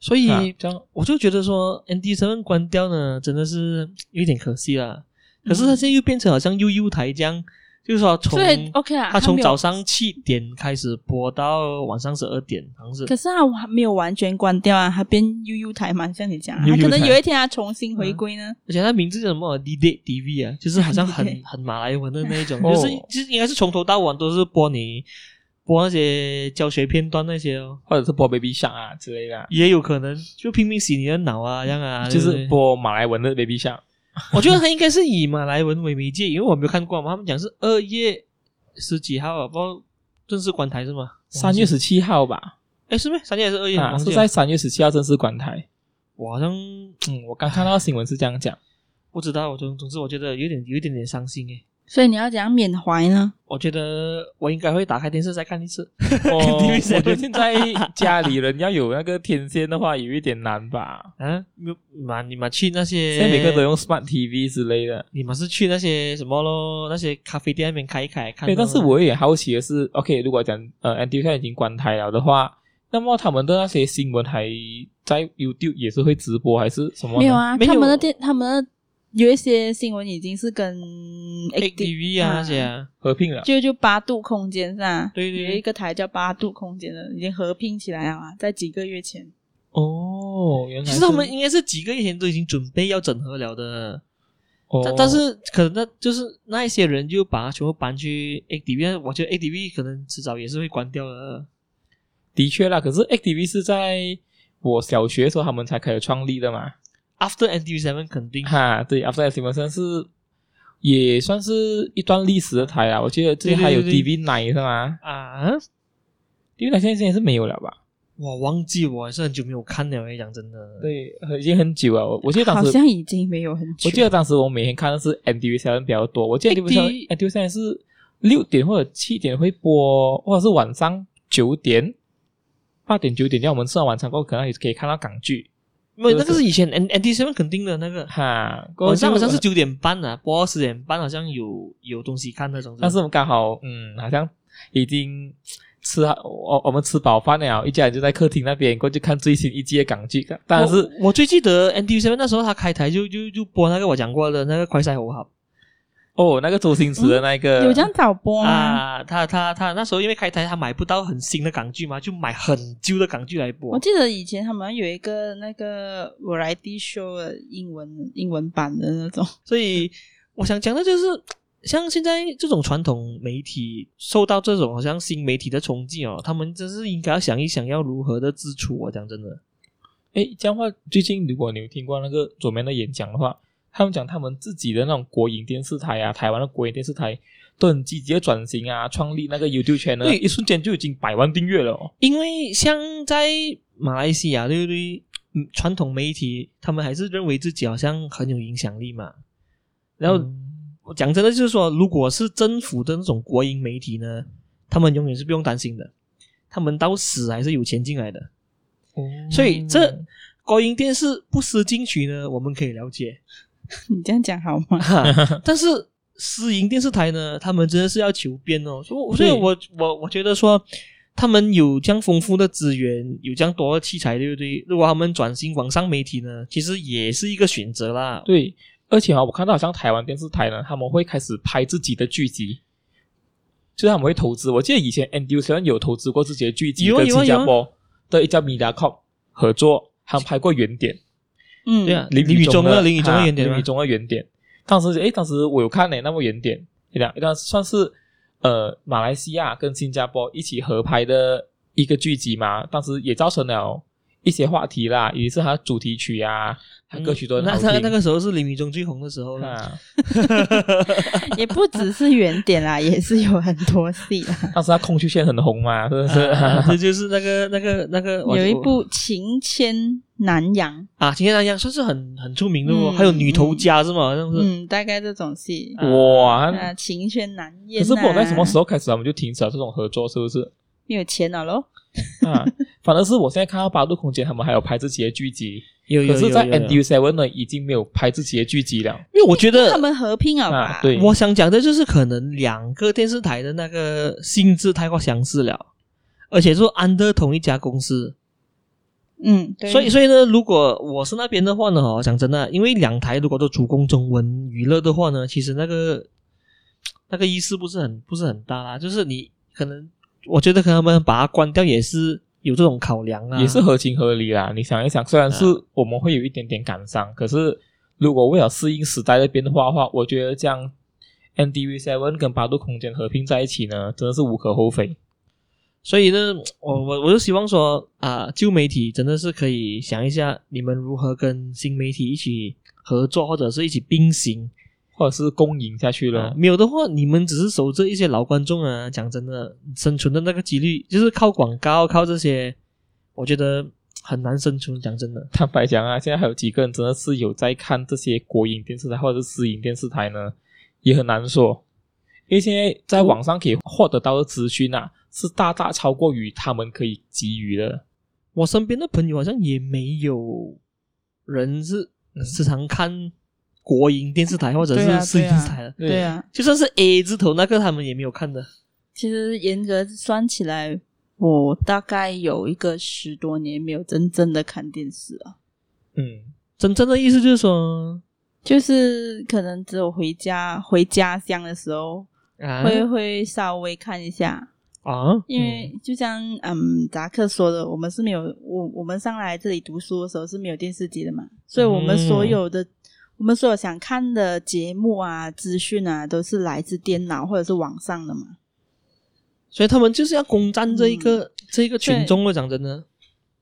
[SPEAKER 2] 所
[SPEAKER 1] 啊
[SPEAKER 2] 以
[SPEAKER 1] 这样
[SPEAKER 2] 我就觉得说，ND Seven 关掉呢，真的是有点可惜啦。可是它现在又变成好像悠悠台这样，就是说从
[SPEAKER 3] 所以 OK 啦，
[SPEAKER 2] 它从
[SPEAKER 3] 没有
[SPEAKER 2] 早，上七点开始播到晚上十二点，好像是
[SPEAKER 3] 可是它还没有完全关掉啊，它变 UU 台嘛，像你讲啊，它
[SPEAKER 1] UU
[SPEAKER 3] 可能
[SPEAKER 1] 台
[SPEAKER 3] 有一天它重新回归呢。
[SPEAKER 2] 而且它名字叫什么 D Day D V 啊，就是好像 很
[SPEAKER 3] D-Day
[SPEAKER 2] 很马来文的那一 种，
[SPEAKER 1] 哦
[SPEAKER 2] 就是就是应该是从头到晚都是播你播那些教学片段那些哦，
[SPEAKER 1] 或者是播 Baby Shark 啊之类的啊，
[SPEAKER 2] 也有可能就拼命洗你的脑啊，这样啊，
[SPEAKER 1] 就
[SPEAKER 2] 对不
[SPEAKER 1] 是
[SPEAKER 2] 对
[SPEAKER 1] 播马来文的 Baby Shark。
[SPEAKER 2] 我觉得他应该是以马来文为媒介，因为我没有看过嘛。他们讲是二月十几号啊，不知道正式关台是吗？
[SPEAKER 1] 三月十七号吧，
[SPEAKER 2] 哎是咩？三月还是二月？
[SPEAKER 1] 啊，
[SPEAKER 2] 忘记
[SPEAKER 1] 是
[SPEAKER 2] 了
[SPEAKER 1] 在三月十七号正式关台。
[SPEAKER 2] 我好像
[SPEAKER 1] 嗯，我刚看到新闻是这样讲。
[SPEAKER 2] 不知道，我总总之我觉得有点有一点点伤心哎。
[SPEAKER 3] 所以你要怎样缅怀呢？
[SPEAKER 2] 我觉得我应该会打开电视再看一次。
[SPEAKER 1] 我我
[SPEAKER 2] TV7
[SPEAKER 1] 觉得现在家里人要有那个天线的话，有一点难吧。
[SPEAKER 2] 啊，你们你们去那些，
[SPEAKER 1] 现在每个都用 smart TV 之类的。
[SPEAKER 2] 你们是去那些什么咯？那些咖啡店那边开一开看
[SPEAKER 1] 对，
[SPEAKER 2] 咯。
[SPEAKER 1] 但是我有点好奇的是，OK，如果讲呃 n t 现在已经关台了的话，那么他们的那些新闻还在 YouTube 也是会直播还是什么呢？
[SPEAKER 3] 没有啊，
[SPEAKER 2] 没有
[SPEAKER 3] 他们的电，他们的有一些新闻已经是跟
[SPEAKER 2] ATV 啊那些啊，
[SPEAKER 1] 合并了。
[SPEAKER 3] 就就八度空间是吧？
[SPEAKER 2] 对对对
[SPEAKER 3] 有一个台叫八度空间的，已经合并起来了啊，在几个月前。
[SPEAKER 1] 哦，原来
[SPEAKER 2] 其实他们应该是几个月前都已经准备要整合了的，
[SPEAKER 1] 哦
[SPEAKER 2] 但但是可能那就是那一些人就把它全部搬去 ADV，我觉得 ADV 可能迟早也是会关掉的。
[SPEAKER 1] 的确啦，可是 ATV 是在我小学的时候他们才开始创立的嘛。
[SPEAKER 2] After NTV Seven 肯定，
[SPEAKER 1] 哈，对，After Stevenson 是也算是一段历史的台啊啦。我记得之前还有
[SPEAKER 2] 对对对
[SPEAKER 1] DV 奶是吗
[SPEAKER 2] 啊，
[SPEAKER 1] ？DV 奶现在现在是没有了吧？
[SPEAKER 2] 我忘记我还是很久没有看了诶，讲真的。
[SPEAKER 1] 对，已经很久了。我我记得当
[SPEAKER 3] 好
[SPEAKER 1] 时
[SPEAKER 3] 像已经没有很久。
[SPEAKER 1] 我记得当时我每天看的是 NTV Seven 比较多，我记得 NTV
[SPEAKER 2] NTV
[SPEAKER 1] NTV Seven 是六点或者七点会播，或者是晚上九点、八点、九点，这样我们吃完晚餐过后，可能也可以看到港剧。
[SPEAKER 2] 没有，那
[SPEAKER 1] 就
[SPEAKER 2] 个
[SPEAKER 1] 是
[SPEAKER 2] 是以前 N NTV Seven 肯定的那个。
[SPEAKER 1] 哈，过后
[SPEAKER 2] 晚上
[SPEAKER 1] 就
[SPEAKER 2] 好像是，九点半啊，播到十点半，好像有有东西看那种。
[SPEAKER 1] 但是我们刚好嗯，好像已经吃好我我们吃饱饭了，一家人就在客厅那边过去看最新一季的港剧，当然是
[SPEAKER 2] 我我最记得 NTV Seven 那时候他开台就就就播那个我讲过的那个《快赛好好》。
[SPEAKER 1] 哦那个周星驰的那
[SPEAKER 2] 嗯
[SPEAKER 1] 个、
[SPEAKER 3] 有这样早
[SPEAKER 1] 哦
[SPEAKER 3] 播吗？
[SPEAKER 2] 啊，他他他那时候因为开台，他买不到很新的港剧嘛，就买很旧的港剧来播
[SPEAKER 3] 我。记得以前他们有一个那个 variety show 的英文英文版的那种，
[SPEAKER 2] 所以我想讲的就是，像现在这种传统媒体受到这种好像新媒体的冲击哦，他们真是应该要想一想要如何的自处、哦。我讲真的，
[SPEAKER 1] 诶，这样的话，最近如果你有听过那个左面的演讲的话，他们讲他们自己的那种国营电视台啊，台湾的国营电视台都很积极的转型啊，创立那个 YouTube channel，
[SPEAKER 2] 对
[SPEAKER 1] 一瞬间就已经百万订阅了、哦。
[SPEAKER 2] 因为像在马来西亚，对不对？嗯传统媒体他们还是认为自己好像很有影响力嘛。然后
[SPEAKER 1] 嗯
[SPEAKER 2] 我讲真的，就是说，如果是政府的那种国营媒体呢，他们永远是不用担心的，他们到死还是有钱进来的。
[SPEAKER 1] 哦
[SPEAKER 2] 所以这国营电视不思进取呢，我们可以了解，
[SPEAKER 3] 你这样讲好吗？
[SPEAKER 2] 哈 但是私营电视台呢，他们真的是要求变哦。所以我，所以
[SPEAKER 1] 对
[SPEAKER 2] 我我我觉得说，他们有这样丰富的资源，有这样多的器材，对不对？如果他们转型网上媒体呢，其实也是一个选择啦。
[SPEAKER 1] 对，而且啊，我看到好像台湾电视台呢，他们会开始拍自己的剧集。就是他们会投资，我记得以前 NDU 虽然有投资过自己的剧集，
[SPEAKER 2] 有啊
[SPEAKER 1] 跟
[SPEAKER 2] 有啊
[SPEAKER 1] 新加
[SPEAKER 2] 有啊
[SPEAKER 1] 坡的一家 MediaCorp 合作，他们拍过《原点》。
[SPEAKER 3] 嗯，
[SPEAKER 2] 对啊，林宇中的林宇中的原点
[SPEAKER 1] 啊
[SPEAKER 2] 嘛
[SPEAKER 1] 林宇中的原点。当时诶，当时我有看呢、那部原点，一两一段算是呃马来西亚跟新加坡一起合拍的一个剧集嘛，当时也造成了一些话题啦，也是它主题曲啊，它歌曲都很
[SPEAKER 2] 嗯那
[SPEAKER 1] 好
[SPEAKER 2] 那那
[SPEAKER 1] 听。
[SPEAKER 2] 个时候是林宇中最红的时候了。
[SPEAKER 1] 啊，
[SPEAKER 3] 也不只是原点啦，也是有很多戏啦。
[SPEAKER 1] 当时他空虚线很红嘛，真的是。
[SPEAKER 2] 啊 这就是那个那个那个
[SPEAKER 3] 有一
[SPEAKER 2] 我
[SPEAKER 3] 部《情牵南洋
[SPEAKER 2] 啊，《情人那样》算是很很出名的哦，
[SPEAKER 3] 嗯
[SPEAKER 2] 还有《女头家》是吗？好像》，是
[SPEAKER 3] 嗯，大概这种戏。
[SPEAKER 1] 哇！
[SPEAKER 3] 啊，情牵南
[SPEAKER 1] 可
[SPEAKER 3] 燕、啊。
[SPEAKER 1] 是不懂在什么时
[SPEAKER 3] 候
[SPEAKER 1] 候开始，我们就停止了这种合作，是不 是？
[SPEAKER 3] 没有钱了咯？
[SPEAKER 1] 啊，反而是我现在看到八度空间，他们还有拍自己的剧集，
[SPEAKER 2] 有有
[SPEAKER 1] 可
[SPEAKER 2] 有
[SPEAKER 1] 是，在
[SPEAKER 2] 有有
[SPEAKER 1] NDU Seven 呢，已经没有拍自己的剧集了。
[SPEAKER 2] 因为我觉
[SPEAKER 3] 因为他
[SPEAKER 2] 得
[SPEAKER 3] 们合并了吧？
[SPEAKER 1] 啊，对，
[SPEAKER 2] 我想讲的就是，可能两个电视台的那个性质太过相似了，而且是安的同一家公司，
[SPEAKER 3] 嗯，对。
[SPEAKER 2] 所以所以呢，如果我是那边的话呢，哦，讲真的，因为两台如果都主攻中文娱乐的话呢，其实那个那个意思不是很不是很大啦，就是你可能我觉得可能他们把它关掉也是有这种考量啊，
[SPEAKER 1] 也是合情合理啦。你想一想，虽然是我们会有一点点感伤，可是如果为了适应时代的变化的话，我觉得这样 NDV Seven 跟八度空间合并在一起呢，真的是无可厚非。
[SPEAKER 2] 所以呢，我我我就希望说啊，旧媒体真的是可以想一下，你们如何跟新媒体一起合作，或者是一起并行。
[SPEAKER 1] 或者是共赢下去
[SPEAKER 2] 啊
[SPEAKER 1] 了，
[SPEAKER 2] 没有的话，你们只是守着一些老观众啊，讲真的，生存的那个几率就是靠广告，靠这些，我觉得很难生存。讲真的，
[SPEAKER 1] 坦白讲啊，现在还有几个人真的是有在看这些国营电视台或者是私营电视台呢，也很难说。因为现在在网上可以获得到的资讯啊，是大大超过于他们可以给予的。
[SPEAKER 2] 我身边的朋友好像也没有人是时常看国营电视台或者
[SPEAKER 3] 嗯对啊
[SPEAKER 2] 是市
[SPEAKER 3] 对
[SPEAKER 2] 营
[SPEAKER 3] 啊
[SPEAKER 2] 电视台的，
[SPEAKER 1] 对
[SPEAKER 3] 对啊，
[SPEAKER 2] 就算是 A 字头那个他们也没有看的。
[SPEAKER 3] 其实严格算起来，我大概有一个十多年没有真正的看电视了。
[SPEAKER 1] 嗯，
[SPEAKER 2] 真正的意思就是说，
[SPEAKER 3] 就是可能只有回家回家乡的时候
[SPEAKER 2] 啊
[SPEAKER 3] 会会稍微看一下，
[SPEAKER 2] 啊，
[SPEAKER 3] 因为就像嗯扎克说的，我们是没有我我们上来这里读书的时候是没有电视机的嘛，所以我们所有的、我们所有想看的节目啊、资讯啊，都是来自电脑或者是网上的嘛。
[SPEAKER 2] 所以他们就是要攻占这一个、
[SPEAKER 3] 嗯
[SPEAKER 2] 这一个群众了。讲真的，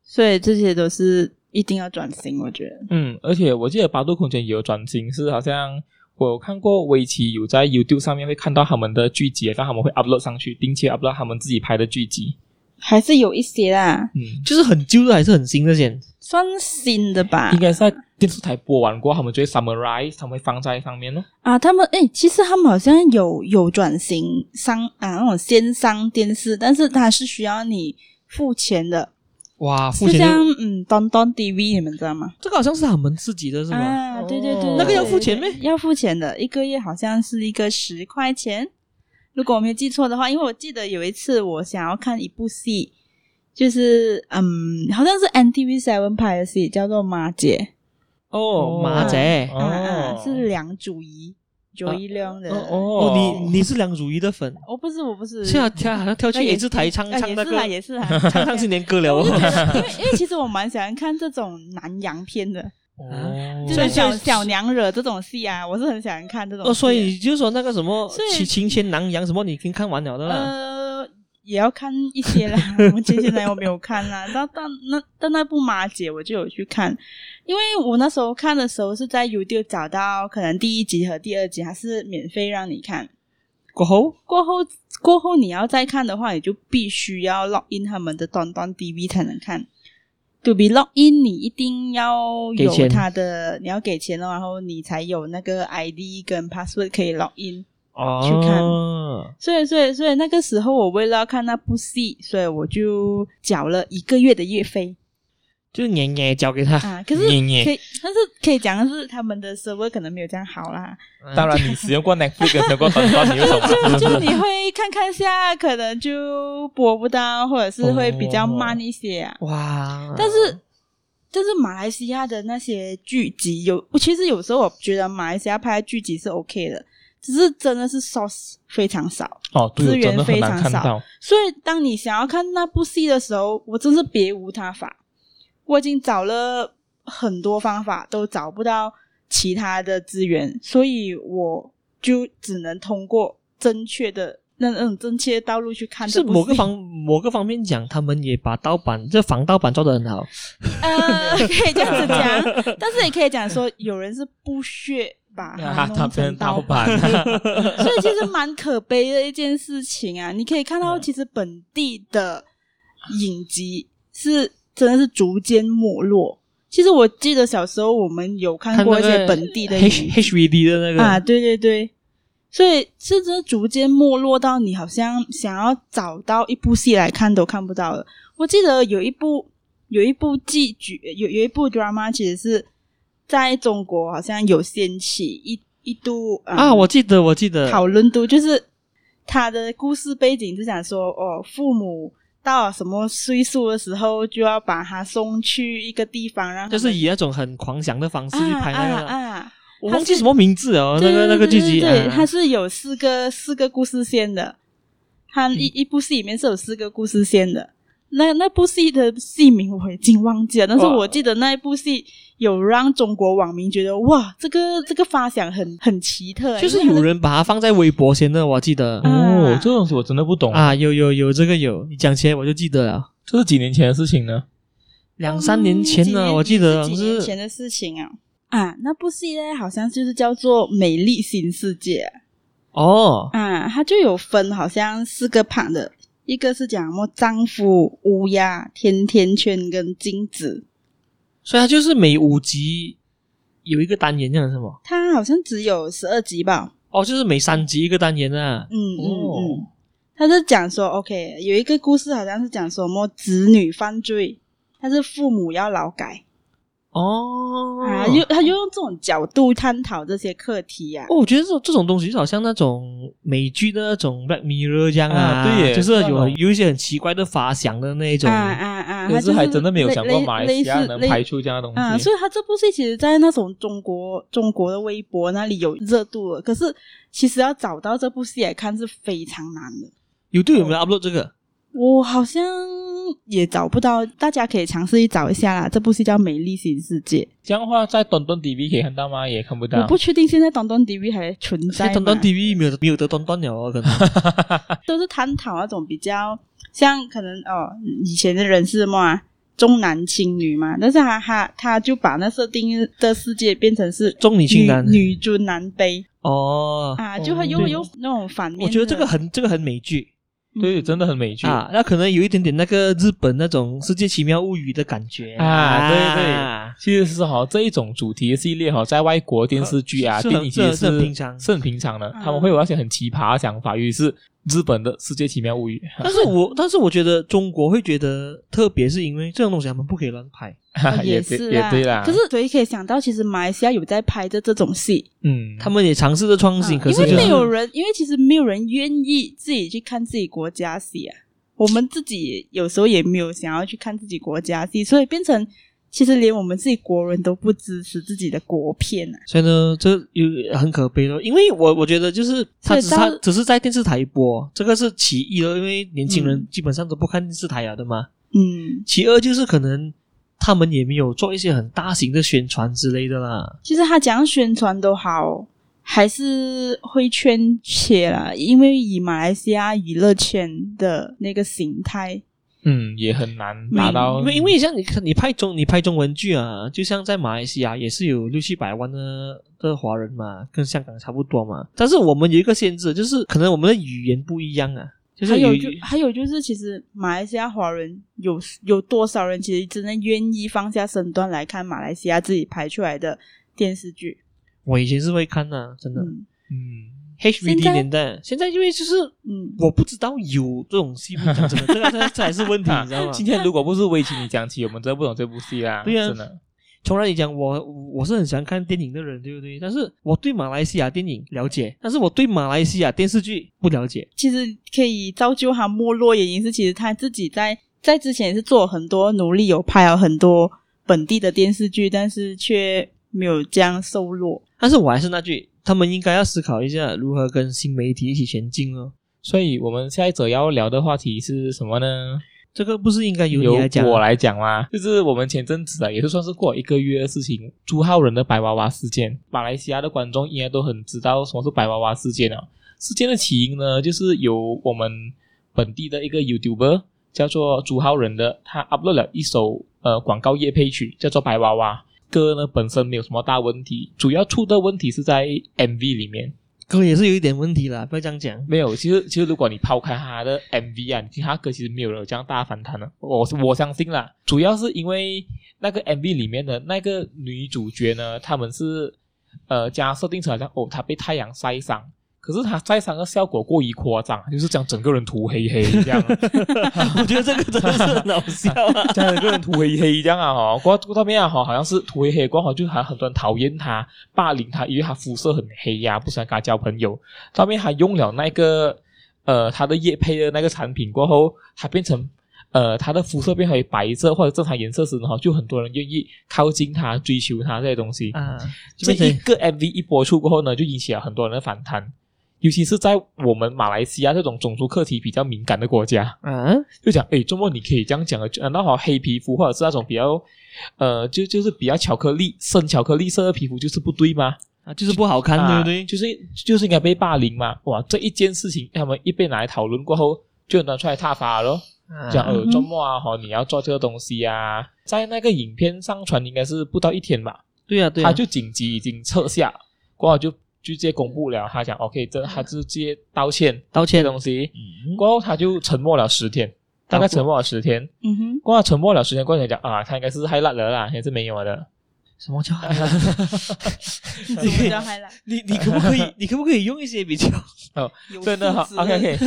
[SPEAKER 3] 所以这些都是一定要转型，我觉得。
[SPEAKER 1] 嗯，而且我记得八度空间也有转型，是好像我有看过围棋有在 YouTube 上面会看到他们的剧集，但他们会 upload 上去，定期 upload 他们自己拍的剧集。
[SPEAKER 3] 还是有一些啦，
[SPEAKER 1] 嗯，
[SPEAKER 2] 就是很旧的还是很新的先。
[SPEAKER 3] 算新的吧
[SPEAKER 1] 应该是在电视台播完过，他们就会 summarize，他们会放在上面咯。
[SPEAKER 3] 啊。他们哎、其实他们好像有有转型商啊那种线上电视，但是它是需要你付钱的，
[SPEAKER 2] 哇，付
[SPEAKER 3] 就
[SPEAKER 2] 钱
[SPEAKER 3] 像
[SPEAKER 2] 就
[SPEAKER 3] 嗯，端端 TV 你们知道吗？
[SPEAKER 2] 这个好像是他们自己的是吗？
[SPEAKER 3] 啊，对对对对
[SPEAKER 2] 那个要付钱咩
[SPEAKER 3] 对对要付钱的，一个月好像是一个十块钱，如果我没有记错的话，因为我记得有一次我想要看一部戏，就是嗯，好像是 NTV Seven 拍的戏，叫做《马姐
[SPEAKER 2] 哦，马
[SPEAKER 1] 哦
[SPEAKER 2] 仔》，
[SPEAKER 1] 哦，
[SPEAKER 3] 啊啊，是梁祖仪、卓一亮的。
[SPEAKER 1] 哦
[SPEAKER 2] 哦，你你是梁祖仪的粉，
[SPEAKER 3] 我不是，我不是，
[SPEAKER 2] 现在跳好像跳
[SPEAKER 3] 那
[SPEAKER 2] 去
[SPEAKER 3] 也
[SPEAKER 2] A 字台唱
[SPEAKER 3] 啊
[SPEAKER 2] 唱那个
[SPEAKER 3] 也是啦，也 是啦
[SPEAKER 2] 唱唱新年歌了
[SPEAKER 3] 我
[SPEAKER 2] 哦
[SPEAKER 3] 就觉。 得因为因为其实我蛮喜欢看这种南洋片的，
[SPEAKER 1] 哦
[SPEAKER 3] 就
[SPEAKER 2] 所以
[SPEAKER 3] 是
[SPEAKER 2] 现
[SPEAKER 3] 小
[SPEAKER 2] 在
[SPEAKER 3] 小娘惹这种戏啊，我是很喜欢看这种戏的。啊
[SPEAKER 2] 哦，所以就是说那个什么
[SPEAKER 3] 所以
[SPEAKER 2] 秦秦千南洋什么，你已经看完了的啦。
[SPEAKER 3] 呃，也要看一些 啦。我前些年我没有看啦，但但那但那部《马姐》我就有去看，因为我那时候看的时候是在 YouTube 找到，可能第一集和第二集还是免费让你看。
[SPEAKER 2] 过后
[SPEAKER 3] 过后过后你要再看的话，你就必须要 log in 他们的端端 TV 才能看。To be log in，你一定要
[SPEAKER 2] 给
[SPEAKER 3] 有
[SPEAKER 2] 钱
[SPEAKER 3] 他的，你要给钱哦，然后你才有那个 ID 跟 password 可以 log in。
[SPEAKER 2] 哦
[SPEAKER 3] 去看所以，所以，所以那个时候我为了要看那部戏，所以我就缴了一个月的月费
[SPEAKER 2] 就年年交给他。
[SPEAKER 3] 啊。可是可
[SPEAKER 1] 你你
[SPEAKER 3] 以，但是可以讲的是，他们的 server 可能没有这样好啦。
[SPEAKER 2] 嗯
[SPEAKER 1] 当然，你使用过 Netflix，使用过短短，你有什么？
[SPEAKER 3] 啊 就你会看看下，可能就播不到，或者是会比较慢一些啊。
[SPEAKER 2] 哇！
[SPEAKER 3] 但是，但是马来西亚的那些剧集有，我其实有时候我觉得马来西亚拍的剧集是 OK 的，只是真的是 source 非常少。
[SPEAKER 1] 哦，对，
[SPEAKER 3] 资
[SPEAKER 1] 真
[SPEAKER 3] 源
[SPEAKER 1] 的很难
[SPEAKER 3] 非常
[SPEAKER 1] 看
[SPEAKER 3] 少
[SPEAKER 1] 到。
[SPEAKER 3] 所以，当你想要看那部戏的时候，我真是别无他法。我已经找了很多方法，都找不到其他的资源，所以我就只能通过正确的那那种正确的道路去看
[SPEAKER 2] 是
[SPEAKER 3] 这部戏。
[SPEAKER 2] 某个 方某个方面讲，他们也把盗版这防盗版做得很好。
[SPEAKER 3] 呃，可以这样子讲，但是也可以讲说，有人是不屑把它
[SPEAKER 1] 啊，他变
[SPEAKER 3] 弄成
[SPEAKER 1] 成盗
[SPEAKER 3] 盗版。
[SPEAKER 1] 版，
[SPEAKER 3] 所以其实蛮可悲的一件事情啊。你可以看
[SPEAKER 2] 嗯
[SPEAKER 3] 到，其实本地的影集是真的是逐渐没落。其实我记得小时候我们有 看过一
[SPEAKER 2] 看那
[SPEAKER 3] 些
[SPEAKER 2] 个
[SPEAKER 3] 本地的影
[SPEAKER 2] H
[SPEAKER 3] 集
[SPEAKER 2] HVD 的那个
[SPEAKER 3] 啊，对对对，所以是真的逐渐没落到你好像想要找到一部戏来看都看不到了。我记得有一部有一部剧剧有有一部 drama 其实是在中国好像有掀起一一度、嗯、
[SPEAKER 2] 啊，我记得，我记得，
[SPEAKER 3] 讨论度，就是他的故事背景是想说，哦，父母到了什么岁数的时候，就要把他送去一个地方，让他
[SPEAKER 2] 就是
[SPEAKER 3] 们
[SPEAKER 2] 以那种很狂想的方式去拍那个，
[SPEAKER 3] 啊啊
[SPEAKER 2] 我忘记什么名字哦，那
[SPEAKER 3] 对
[SPEAKER 2] 个那个剧集，
[SPEAKER 3] 对对对，
[SPEAKER 2] 啊
[SPEAKER 3] 它是有四个四个故事线的，它
[SPEAKER 2] 嗯
[SPEAKER 3] 一、一部戏里面是有四个故事线的。那那部戏的戏名我已经忘记了，但是
[SPEAKER 2] 哇
[SPEAKER 3] 我记得那一部戏有让中国网民觉得哇，这个这个发想很很奇特，
[SPEAKER 2] 就是
[SPEAKER 3] 因为它
[SPEAKER 2] 有
[SPEAKER 3] 的
[SPEAKER 2] 人把它放在微博先的，我记得
[SPEAKER 3] 嗯
[SPEAKER 1] 哦，这东西我真的不懂。
[SPEAKER 2] 啊，有有有这个有，你讲起来我就记得了，
[SPEAKER 1] 这是几年前的事情呢？
[SPEAKER 2] 两三年前
[SPEAKER 3] 嗯
[SPEAKER 2] 呢，我记得好
[SPEAKER 3] 几
[SPEAKER 2] 像
[SPEAKER 3] 年几年
[SPEAKER 2] 是
[SPEAKER 3] 前的事情啊啊，那部戏呢，好像就是叫做《美丽新世界
[SPEAKER 2] 哦》
[SPEAKER 3] 啊，它就有分好像四个 part 的，一个是讲什么丈夫、乌鸦、甜甜圈跟金子，
[SPEAKER 2] 所以它就是每五集有一个单元，这样是吗？
[SPEAKER 3] 它好像只有十二集吧，
[SPEAKER 2] 哦，就是每三集一个单元啊。
[SPEAKER 3] 嗯嗯
[SPEAKER 2] 哦
[SPEAKER 3] 嗯，他是讲说，OK，有一个故事好像是讲说什么子女犯罪，但是父母要劳改、
[SPEAKER 2] 哦，
[SPEAKER 3] 啊，又他又用这种角度探讨这些课题呀、啊。
[SPEAKER 2] 哦，我觉得这种这种东西就好像那种美剧的那种 Black Mirror 这样
[SPEAKER 1] 啊对耶
[SPEAKER 2] 就是
[SPEAKER 1] 那
[SPEAKER 2] 有
[SPEAKER 1] 种
[SPEAKER 2] 有一些很奇怪的发想的那一种。
[SPEAKER 3] 啊啊啊！
[SPEAKER 1] 可
[SPEAKER 3] 他
[SPEAKER 1] 是还真的没有
[SPEAKER 3] 类
[SPEAKER 1] 想过
[SPEAKER 3] 类
[SPEAKER 1] 马来
[SPEAKER 3] 类
[SPEAKER 1] 西亚
[SPEAKER 3] 似
[SPEAKER 1] 能
[SPEAKER 3] 类
[SPEAKER 1] 拍出这样的东西。
[SPEAKER 3] 啊，所以他这部戏其实，在那种中国中国的微博那里有热度了。可是，其实要找到这部戏来看是非常难的。
[SPEAKER 2] 有队友没有 upload 这个？
[SPEAKER 3] 我好像也找不到，大家可以尝试去找一下啦。这部戏叫《美丽新世界
[SPEAKER 1] 这样的话，在短短 TV 可以看到吗？也看不》，
[SPEAKER 3] 我
[SPEAKER 1] 到。
[SPEAKER 3] 不确定现在短短 TV 还存在
[SPEAKER 2] 现
[SPEAKER 3] 吗
[SPEAKER 2] 在短短 TV 没有没有得短短了哦，可能
[SPEAKER 3] 都是探讨那种比较像可能哦，以前的人是什么、啊、重男轻女嘛，但是他他他就把那设定的世界变成是
[SPEAKER 2] 重女轻男
[SPEAKER 3] 女女尊男卑
[SPEAKER 2] 哦。
[SPEAKER 3] 啊，就会
[SPEAKER 1] 哦
[SPEAKER 3] 又
[SPEAKER 1] 对
[SPEAKER 3] 又那种反面的。
[SPEAKER 2] 我觉得这个很这个很美剧
[SPEAKER 1] 对，
[SPEAKER 3] 嗯
[SPEAKER 1] 真的很美剧。
[SPEAKER 2] 啊，那可能有一点点那个日本那种《世界奇妙物语》的感觉
[SPEAKER 1] 啊对对其实是哈这一种主题系列哈，在外国电视剧啊、
[SPEAKER 2] 是
[SPEAKER 1] 电影其实
[SPEAKER 2] 是很是很平常
[SPEAKER 1] 是很平常的。
[SPEAKER 3] 嗯
[SPEAKER 1] 他们会有那些很奇葩的想法，于是日本的《世界奇妙物语
[SPEAKER 2] 但是我但是我觉得中国会觉得特别，是因为这种东西他们不可以乱拍。》
[SPEAKER 3] 啊
[SPEAKER 1] 也对
[SPEAKER 3] 是
[SPEAKER 1] 也对啦。
[SPEAKER 3] 可是所以可以想到，其实马来西亚有在拍的这种戏，
[SPEAKER 1] 嗯，
[SPEAKER 2] 他们也尝试着创新，
[SPEAKER 3] 啊
[SPEAKER 2] 可是
[SPEAKER 3] 因
[SPEAKER 2] 就
[SPEAKER 3] 为没
[SPEAKER 2] 是
[SPEAKER 3] 有人，因为其实没有人愿意自己去看自己国家戏啊。我们自己有时候也没有想要去看自己国家戏，所以变成其实连我们自己国人都不支持自己的国片啊。
[SPEAKER 2] 所以呢，这有很可悲咯，因为我我觉得就是他
[SPEAKER 3] 所以
[SPEAKER 2] 只是
[SPEAKER 3] 到
[SPEAKER 2] 他只是在电视台播，这个是其一了，因为年轻人
[SPEAKER 3] 嗯
[SPEAKER 2] 基本上都不看电视台了啊的嘛。
[SPEAKER 3] 嗯，
[SPEAKER 2] 其二就是可能他们也没有做一些很大型的宣传之类的啦。
[SPEAKER 3] 其实他讲宣传都好，还是会圈切啦，因为以马来西亚娱乐圈的那个形态，
[SPEAKER 1] 嗯也很难达到，
[SPEAKER 3] 嗯
[SPEAKER 2] 因为因为像你看，你拍中你拍中文剧啊，就像在马来西亚也是有六七百万的的华人嘛，跟香港差不多嘛。但是我们有一个限制，就是可能我们的语言不一样啊，就
[SPEAKER 3] 还
[SPEAKER 2] 是
[SPEAKER 3] 有
[SPEAKER 2] 语
[SPEAKER 3] 就还有就是，其实马来西亚华人有有多少人其实真的愿意放下身段来看马来西亚自己拍出来的电视剧？
[SPEAKER 2] 我以前是会看的，真的。
[SPEAKER 3] 嗯
[SPEAKER 1] 嗯
[SPEAKER 2] HVD
[SPEAKER 3] 现在
[SPEAKER 2] 年代，现在因为就是
[SPEAKER 3] 嗯，
[SPEAKER 2] 我不知道有这种戏，讲真的，这 个这个这才是问题，
[SPEAKER 1] 啊
[SPEAKER 2] 你知道 吗？
[SPEAKER 1] 今天如果不是威奇你讲起，我们真的不懂这部戏啦。
[SPEAKER 2] 嗯对啊
[SPEAKER 1] 真的。
[SPEAKER 2] 从来你讲我我是很喜欢看电影的人，对不对？但是我对马来西亚电影了解，但是我对马来西亚电视剧不了解。
[SPEAKER 3] 其实可以造就他没落，原因是其实他自己在在之前也是做了很多努力，有拍了很多本地的电视剧，但是却没有这样受落。
[SPEAKER 2] 但是我还是那句，他们应该要思考一下如何跟新媒体一起前进哦。
[SPEAKER 1] 所以我们下一则要聊的话题是什么呢？
[SPEAKER 2] 这个不是应该由
[SPEAKER 1] 由
[SPEAKER 2] 你来讲啊？
[SPEAKER 1] 我来讲吗？就是我们前阵子啊，也是算是过了一个月的事情，朱浩仁的白娃娃事件，马来西亚的观众应该都很知道什么是白娃娃事件了。事件的起因呢，就是由我们本地的一个 YouTuber 叫做朱浩仁的，他 upload 了一首呃广告夜配曲，叫做《白娃娃》。歌呢本身没有什么大问题，主要出的问题是在 MV 里面。
[SPEAKER 2] 哥也是有一点问题啦，不要这样讲。
[SPEAKER 1] 没有，其实其实如果你抛开他的 MV 啊，你听他歌，其实没有人有这样大反弹的。我我相信啦，主要是因为那个 MV 里面的那个女主角呢，他们是呃将她设定成好像哦，她被太阳晒伤，可是她晒伤的效果过于夸张，就是讲整个人涂黑黑这样，！
[SPEAKER 2] 我觉得这个真的是很好笑啊
[SPEAKER 1] 讲整个人涂黑黑这样啊哈，过过到面啊哈，好像是涂黑黑过后，就还很多人讨厌她、霸凌她，因为她肤色很黑呀、不喜欢跟她交朋友。到面还用了那个呃他的叶配的那个产品过后，它变成呃他的肤色变回白色或者正常颜色时，然后就很多人愿意靠近他、追求他这些东西。
[SPEAKER 2] 啊，就
[SPEAKER 1] 这
[SPEAKER 2] 变
[SPEAKER 1] 一
[SPEAKER 2] 成
[SPEAKER 1] 个 MV 一播出过后呢，就引起了很多人的反弹，尤其是在我们马来西亚这种种族课题比较敏感的国家，
[SPEAKER 2] 啊，
[SPEAKER 1] 就讲诶，周末你可以这样讲的，呃，那好黑皮肤或者是那种比较呃就就是比较巧克力深巧克力色的皮肤就是不对吗？
[SPEAKER 2] 啊就是不好看，对
[SPEAKER 1] 啊
[SPEAKER 2] 不对？
[SPEAKER 1] 就是就是应该被霸凌嘛。哇，这一件事情他们一被拿来讨论过后，就拿出来挞伐了咯，讲
[SPEAKER 2] 啊
[SPEAKER 1] 呃
[SPEAKER 3] 嗯
[SPEAKER 1] 周末啊，哈，你要做这个东西啊，在那个影片上传应该是不到一天吧，
[SPEAKER 2] 对啊，对啊
[SPEAKER 1] 他，就紧急已经撤下，过后就就直接公布了，他讲 OK，这他直接道歉
[SPEAKER 2] 嗯道
[SPEAKER 1] 这
[SPEAKER 2] 歉
[SPEAKER 1] 东西，
[SPEAKER 2] 嗯
[SPEAKER 1] 过后他就沉默了十天，大概沉默了十天，
[SPEAKER 3] 嗯哼，
[SPEAKER 1] 过后沉默了十天，过后才讲啊，他应该是害烂了啦，还是没有了的。
[SPEAKER 2] 什么叫
[SPEAKER 3] 怎么叫嗨啦？
[SPEAKER 2] 你你可不可 以你可不可以用一些比较
[SPEAKER 3] 有
[SPEAKER 1] 真的好
[SPEAKER 3] 素质
[SPEAKER 1] ，OK OK，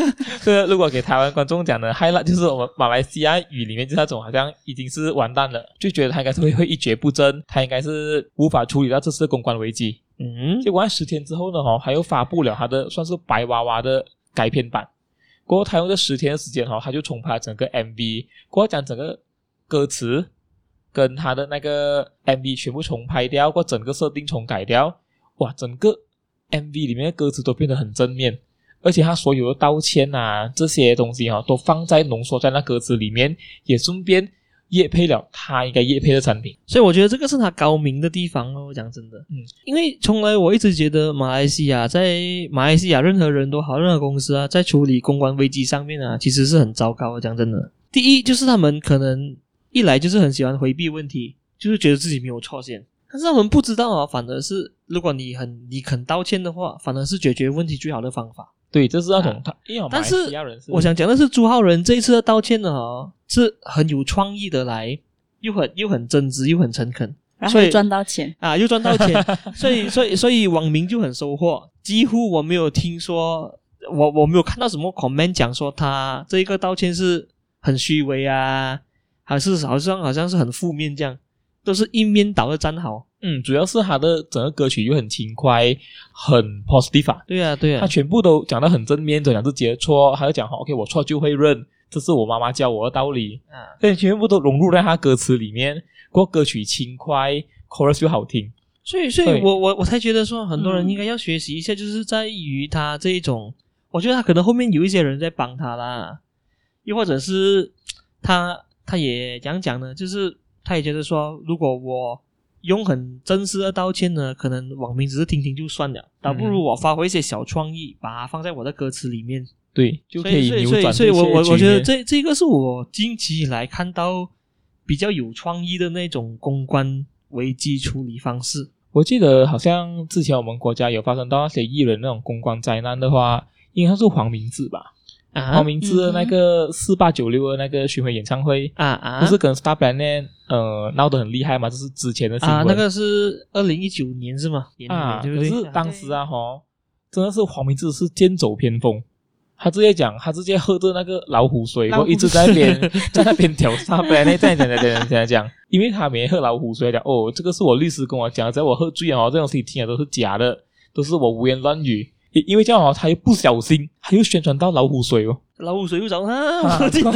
[SPEAKER 1] 这如果给台湾观众讲的 highlight 就是我们马来西亚语里面就是那种好像已经是完蛋了，就觉得他应该是会会一蹶不振，他应该是无法处理到这次的公关危机。
[SPEAKER 2] 嗯
[SPEAKER 1] 结果在十天之后呢，哦，他又发布了他的算是白娃娃的改编版。过后他用这十天的时间哦，他就重拍整个 MV，过后将整个歌词跟他的那个 MV 全部重拍掉，过后整个设定重改掉。哇，整个 MV 里面的歌词都变得很正面，而且他所有的道歉啊这些东西哦，都放在浓缩在那歌词里面，也顺便夜配了他应该夜配的产品。
[SPEAKER 2] 所以我觉得这个是他高明的地方哦，讲真的，
[SPEAKER 1] 嗯，
[SPEAKER 2] 因为从来我一直觉得马来西亚在马来西亚任何人都好，任何公司啊，在处理公关危机上面啊，其实是很糟糕的。讲真的，第一就是他们可能一来就是很喜欢回避问题，就是觉得自己没有错先，但是他们不知道啊，反而是如果你很你肯道歉的话，反而是解决问题最好的方法。
[SPEAKER 1] 对，这是那种
[SPEAKER 2] 啊
[SPEAKER 1] 他，因为马
[SPEAKER 2] 但
[SPEAKER 1] 来
[SPEAKER 2] 是
[SPEAKER 1] 西亚人是
[SPEAKER 2] 我想讲的是，朱浩仁这一次的道歉呢、哦，是很有创意的来，又很又很真挚，又很诚恳
[SPEAKER 3] 然后
[SPEAKER 2] 所以
[SPEAKER 3] 还赚到 钱，
[SPEAKER 2] 啊，又赚到钱，所以所以所以网民就很收获。几乎我没有听说，我我没有看到什么 comment 讲说他这一个道歉是很虚伪啊，还是好像好像是很负面这样，都是一面倒的站好。
[SPEAKER 1] 嗯，主要是他的整个歌曲又很轻快，很 positive，、啊、
[SPEAKER 2] 对啊，对
[SPEAKER 1] 他
[SPEAKER 2] 啊，
[SPEAKER 1] 全部都讲得很正面，都讲自己的错，还有讲好 OK 我错就会认，这是我妈妈教我的道理，
[SPEAKER 2] 啊，
[SPEAKER 1] 所以全部都融入在他歌词里面，过后歌曲轻快，chorus 又好听，
[SPEAKER 2] 所以所以
[SPEAKER 1] 对
[SPEAKER 2] 我我我才觉得说，很多人
[SPEAKER 3] 嗯
[SPEAKER 2] 应该要学习一下，就是在于他这一种，我觉得他可能后面有一些人在帮他啦，又或者是他他也怎样讲呢？就是他也觉得说，如果我用很真实的道歉呢，可能网民只是听听就算了，倒不
[SPEAKER 1] 嗯
[SPEAKER 2] 如我发挥一些小创意，把它放在我的歌词里面，
[SPEAKER 1] 对，就可以
[SPEAKER 2] 所以
[SPEAKER 1] 扭
[SPEAKER 2] 所以
[SPEAKER 1] 转
[SPEAKER 2] 所以所以
[SPEAKER 1] 这
[SPEAKER 2] 我
[SPEAKER 1] 些
[SPEAKER 2] 我我
[SPEAKER 1] 局
[SPEAKER 2] 觉得
[SPEAKER 1] 面
[SPEAKER 2] 这这个是我近期以来看到比较有创意的那种公关危机处理方式。
[SPEAKER 1] 我记得好像之前我们国家有发生到那些艺人那种公关灾难的话，应该是黄明志吧，
[SPEAKER 2] 啊
[SPEAKER 1] 黄明志的那个四八九六的那个巡回演唱会。
[SPEAKER 2] 啊啊！
[SPEAKER 1] 不是跟 Star Planet 呃闹得很厉害嘛？这是之前的新闻。
[SPEAKER 2] 啊，那个是二零一九年是吗？年
[SPEAKER 1] 啊，
[SPEAKER 2] 对
[SPEAKER 1] 可
[SPEAKER 2] 不对？
[SPEAKER 1] 是当时啊，吼，真的是黄明志是剑走偏锋，他直接讲，他直接喝着那个老虎水，
[SPEAKER 3] 老
[SPEAKER 1] 然后一
[SPEAKER 3] 虎
[SPEAKER 1] 直在那边
[SPEAKER 2] 水
[SPEAKER 1] 在那边挑杀别人，在讲讲讲讲讲讲，因为他每天喝老虎水，讲哦，这个是我律师跟我讲的，只要我喝醉哦，这种事情听的都是假的，都是我胡言乱语。因因为这样哦，他又不小心，他又宣传到老虎水哦，
[SPEAKER 2] 老虎水又找
[SPEAKER 1] 啊
[SPEAKER 2] 他，我记得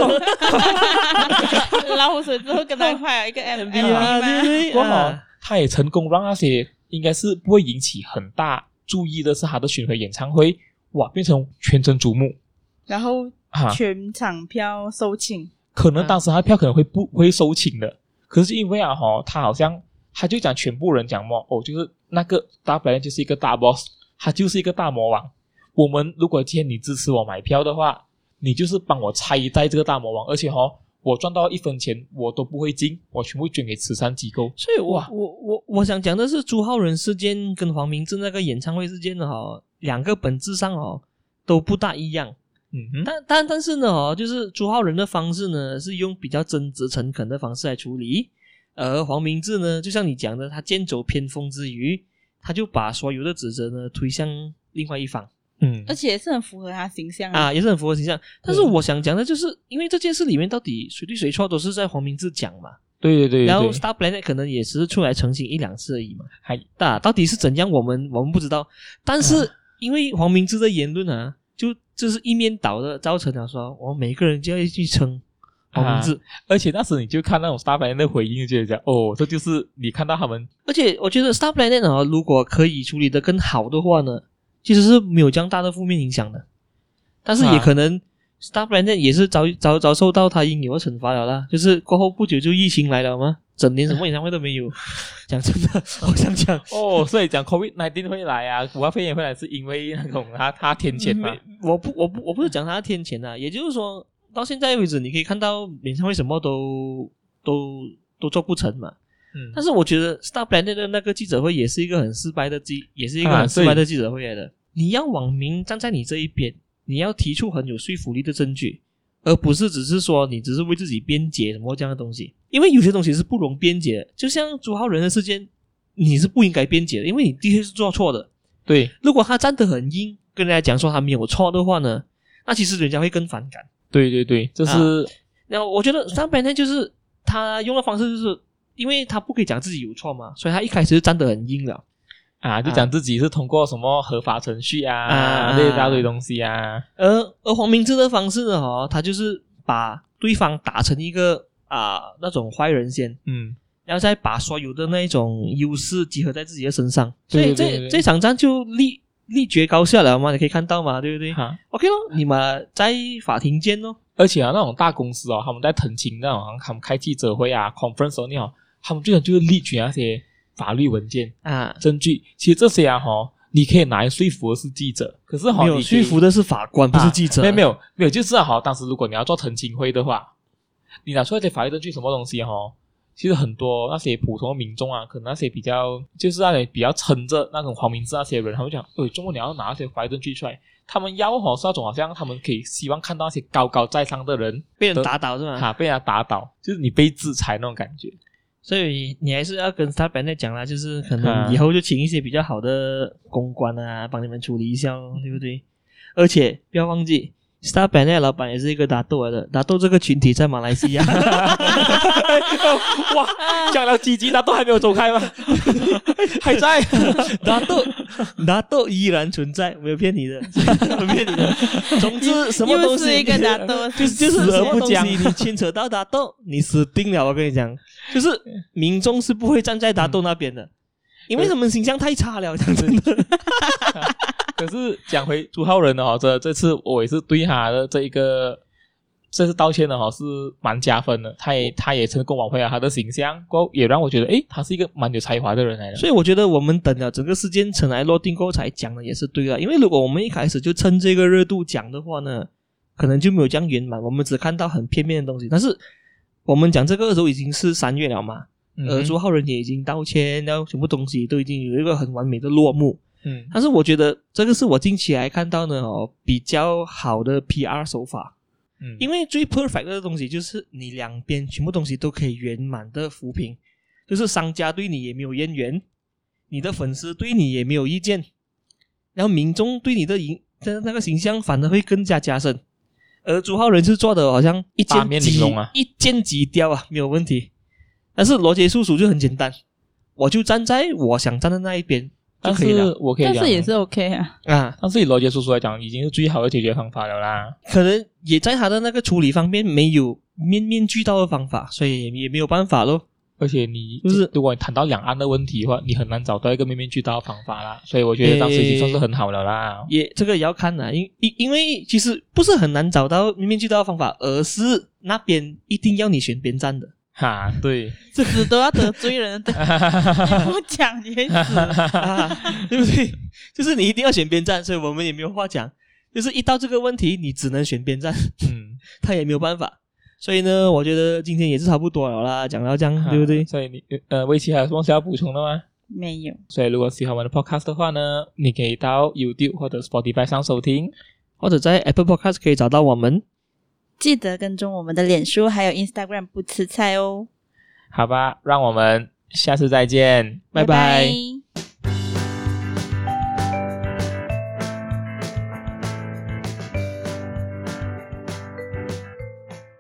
[SPEAKER 3] 老虎水之后跟他一 块有一个 M
[SPEAKER 2] MV 啊，对不
[SPEAKER 3] 嘛，
[SPEAKER 2] 对？
[SPEAKER 1] 过后
[SPEAKER 2] 啊
[SPEAKER 1] 他也成功让那些应该是不会引起很大注意的是他的巡回演唱会，哇，变成全城瞩目
[SPEAKER 3] 然后
[SPEAKER 1] 啊！
[SPEAKER 3] 全场票售
[SPEAKER 2] 啊
[SPEAKER 3] 罄，
[SPEAKER 1] 可
[SPEAKER 2] 嗯
[SPEAKER 1] 能当时他的票可能会不会收请的，可是因为啊哈，他好像他就讲全部人讲嘛，哦，就是那个大本来就是一个大 boss，他就是一个大魔王。我们如果今天你支持我买票的话，你就是帮我拆一代这个大魔王，而且哈、哦，我赚到一分钱我都不会进，我全部捐给慈善机构。
[SPEAKER 2] 所以我
[SPEAKER 1] 哇
[SPEAKER 2] 我我我想讲的是朱浩仁事件跟黄明志那个演唱会事件的哈，两个本质上哦都不大一样。
[SPEAKER 1] 嗯哼，
[SPEAKER 2] 但但但是呢，哦，就是朱浩仁的方式呢，是用比较真挚诚恳的方式来处理，而黄明志呢，就像你讲的，他剑走偏锋之余，他就把所有的指责呢推向另外一方
[SPEAKER 1] 嗯
[SPEAKER 3] 而且也是很符合他形象
[SPEAKER 2] 啊，也是很符合形象。但是
[SPEAKER 1] 对
[SPEAKER 2] 我想讲的就是，因为这件事里面到底谁对谁错都是在黄明志讲嘛，
[SPEAKER 1] 对对对对，
[SPEAKER 2] 然后
[SPEAKER 1] 对
[SPEAKER 2] Star Planet 可能也只是出来澄清一两次而已嘛，
[SPEAKER 1] 还
[SPEAKER 2] 那到底是怎样，我们我们不知道。但是因为黄明志的言论啊，就就是一面倒的造成了说，我们每个人就要去称黄
[SPEAKER 1] 啊
[SPEAKER 2] 明志。
[SPEAKER 1] 而且那时你就看那种 Star 白人的回应，就觉得讲哦，这就是你看到他们
[SPEAKER 2] 而且我觉得 Star Planet 啊，如果可以处理的更好的话呢，其实是没有这样大的负面影响的。但是也
[SPEAKER 1] 啊
[SPEAKER 2] 可能 Star Planet 也是遭遭遭受到他应有的惩罚了啦，就是过后不久就疫情来了嘛，整年什么演唱会都没有。讲真的，我想讲。
[SPEAKER 1] 哦，所以讲 COVID 1 9会来啊，武汉肺炎会来是因为那种他他天谴嘛
[SPEAKER 2] 没，我不，我不，我不是讲他天谴呐、也就是说，到现在为止，你可以看到演唱会什么都都都做不成嘛。
[SPEAKER 1] 嗯，
[SPEAKER 2] 但是我觉得 Star Planet 的那个记者会也是一个很失败的记，也是一个
[SPEAKER 1] 啊
[SPEAKER 2] 很失败的记者会来的。你要网民站在你这一边，你要提出很有说服力的证据，而不是只是说你只是为自己辩解什么这样的东西。因为有些东西是不容辩解的，就像朱浩仁的事件，你是不应该辩解的，因为你的确是做错的。
[SPEAKER 1] 对
[SPEAKER 2] 如果他站得很硬，跟人家讲说他没有错的话呢，那其实人家会更反感。
[SPEAKER 1] 对对对，这是、
[SPEAKER 2] 然后我觉得上半天就是他用的方式，就是因为他不可以讲自己有错嘛，所以他一开始就站得很硬了。
[SPEAKER 1] 啊，就讲自己是通过什么合法程序啊，
[SPEAKER 2] 啊
[SPEAKER 1] 这一大堆东西啊，
[SPEAKER 2] 而呃而黄明志的方式呢，哦，他就是把对方打成一个啊、那种坏人先，
[SPEAKER 1] 嗯，
[SPEAKER 2] 然后再把所有的那种优势集合在自己的身上，所
[SPEAKER 1] 对
[SPEAKER 2] 以
[SPEAKER 1] 对对对
[SPEAKER 2] 这这场战就立立决高下了嘛，你可以看到嘛，对不对
[SPEAKER 1] 嗯哈、
[SPEAKER 2] ？OK 咯，你们在法庭见咯。
[SPEAKER 1] 而且啊，那种大公司哦，他们在腾勤那种，他们开记者会啊、conference 哦那种，他们最常就是列举那些法律文件、
[SPEAKER 2] 啊，
[SPEAKER 1] 证据。其实这些啊，哈，你可以拿来说服的是记者，可是哈，
[SPEAKER 2] 没
[SPEAKER 1] 你
[SPEAKER 2] 有
[SPEAKER 1] 可以
[SPEAKER 2] 说服的是法官，不是记者。
[SPEAKER 1] 没有没有没有，就是啊哈、当时如果你要做腾勤会的话，你拿出那些法律证据什么东西哈、其实很多那些普通的民众啊，可能那些比较就是那些比较撑着那种黄明志那些人，他们讲，哎，中国你要拿那些法律证据出来，他们要哈是那种好像他们可以希望看到那些高高在上的人。
[SPEAKER 2] 被人打倒是吗？
[SPEAKER 1] 哈、被人家打倒，就是你被制裁那种感 觉。
[SPEAKER 2] 所以你还是要跟他本来讲啦，就是可
[SPEAKER 1] 啊
[SPEAKER 2] 能以后就请一些比较好的公关啊，帮你们处理一下哦，对不对？而且不要忘记。Star b a n d 老板也是一个打斗来的，打斗这个群体在马来 西亚，
[SPEAKER 1] 哎哇，讲了几集，他都还没有走开吗？ 还在？
[SPEAKER 2] 打斗打斗依然存在，没有骗 你的，没有骗你的。总之，什么东
[SPEAKER 3] 又
[SPEAKER 2] 西呃
[SPEAKER 3] 是一个打斗，
[SPEAKER 2] 就是就是
[SPEAKER 1] 死而
[SPEAKER 2] 什么
[SPEAKER 1] 不
[SPEAKER 2] 东西
[SPEAKER 1] 僵
[SPEAKER 2] 你牵扯到打斗，你死定了。我跟你讲， 就是民众是不会站在打斗那边的，因为他们形象太差了。讲真的，
[SPEAKER 1] 可是讲回朱浩仁的哦，这这次我也是对他的这一个这次道歉的哈、哦、是蛮加分的，他
[SPEAKER 2] 哦
[SPEAKER 1] 也他也成功挽回了他的形象，过后也让我觉得，诶，他是一个蛮有才华的人来的。
[SPEAKER 2] 所以我觉得我们等了整个事件尘埃落定过后才讲的也是对的，因为如果我们一开始就趁这个热度讲的话呢，可能就没有这样圆满，我们只看到很片面的东西。但是我们讲这个的时候已经是三月了嘛，
[SPEAKER 1] 嗯
[SPEAKER 2] 而呃朱浩仁也已经道歉，然后全部东西都已经有一个很完美的落幕。
[SPEAKER 1] 嗯
[SPEAKER 2] 但是我觉得这个是我近期来看到呢哦比较好的 PR 手法，
[SPEAKER 1] 嗯，
[SPEAKER 2] 因
[SPEAKER 1] 为
[SPEAKER 2] 为最 perfect 的东西就是你两边全部东西都可以圆满的扶贫，就是商家对你也没有怨言，你的粉丝对你也没有意见，然后民众对你的影的那个形象反而会更加加深。而朱浩仁是做的好像一
[SPEAKER 1] 八
[SPEAKER 2] 箭
[SPEAKER 1] 面
[SPEAKER 2] 击
[SPEAKER 1] 玲珑啊
[SPEAKER 2] 一箭即雕啊，没有问题。但是罗杰叔叔就很简单，我就站在我想站的那一边就
[SPEAKER 1] 但
[SPEAKER 2] 可以
[SPEAKER 1] 是
[SPEAKER 2] 了
[SPEAKER 1] 我可以
[SPEAKER 3] 但
[SPEAKER 1] 讲，
[SPEAKER 3] 是也是 OK 啊。
[SPEAKER 2] 啊。
[SPEAKER 1] 但是以罗杰叔叔来讲，已经是最好的解决方法了啦。
[SPEAKER 2] 可能也在他的那个处理方面没有面面俱到的方法，所以也没有办法咯。
[SPEAKER 1] 而且你
[SPEAKER 2] 就是
[SPEAKER 1] 如果你谈到两岸的问题的话，你很难找到一个面面俱到的方法啦。所以我觉得当时已经算是很好了啦。
[SPEAKER 2] 也这个也要看啦，因因因为其实不是很难找到面面俱到的方法，而是那边一定要你选边站的。
[SPEAKER 1] 哈，对，
[SPEAKER 3] 死都要得罪人， 对，不讲你会死。
[SPEAKER 2] 啊，对不对？就是你一定要选边站，所以我们也没有话讲。就是一到这个问题，你只能选边站，
[SPEAKER 1] 嗯，
[SPEAKER 2] 他也没有办法。所以呢，我觉得今天也是差不多了啦，讲到这样，对不对
[SPEAKER 1] 哈？所以你呃，魏琪还有什么想要补充的吗？
[SPEAKER 3] 没有，
[SPEAKER 1] 所以如果喜欢我们的 podcast 的话呢，你可以到 YouTube 或者 Spotify 上收听。
[SPEAKER 2] 或者在 Apple Podcast 可以找到我们。
[SPEAKER 3] 记得跟踪我们的脸书还有 Instagram 不吃菜哦。
[SPEAKER 1] 好吧，让我们下次再见，
[SPEAKER 2] 拜拜
[SPEAKER 3] 拜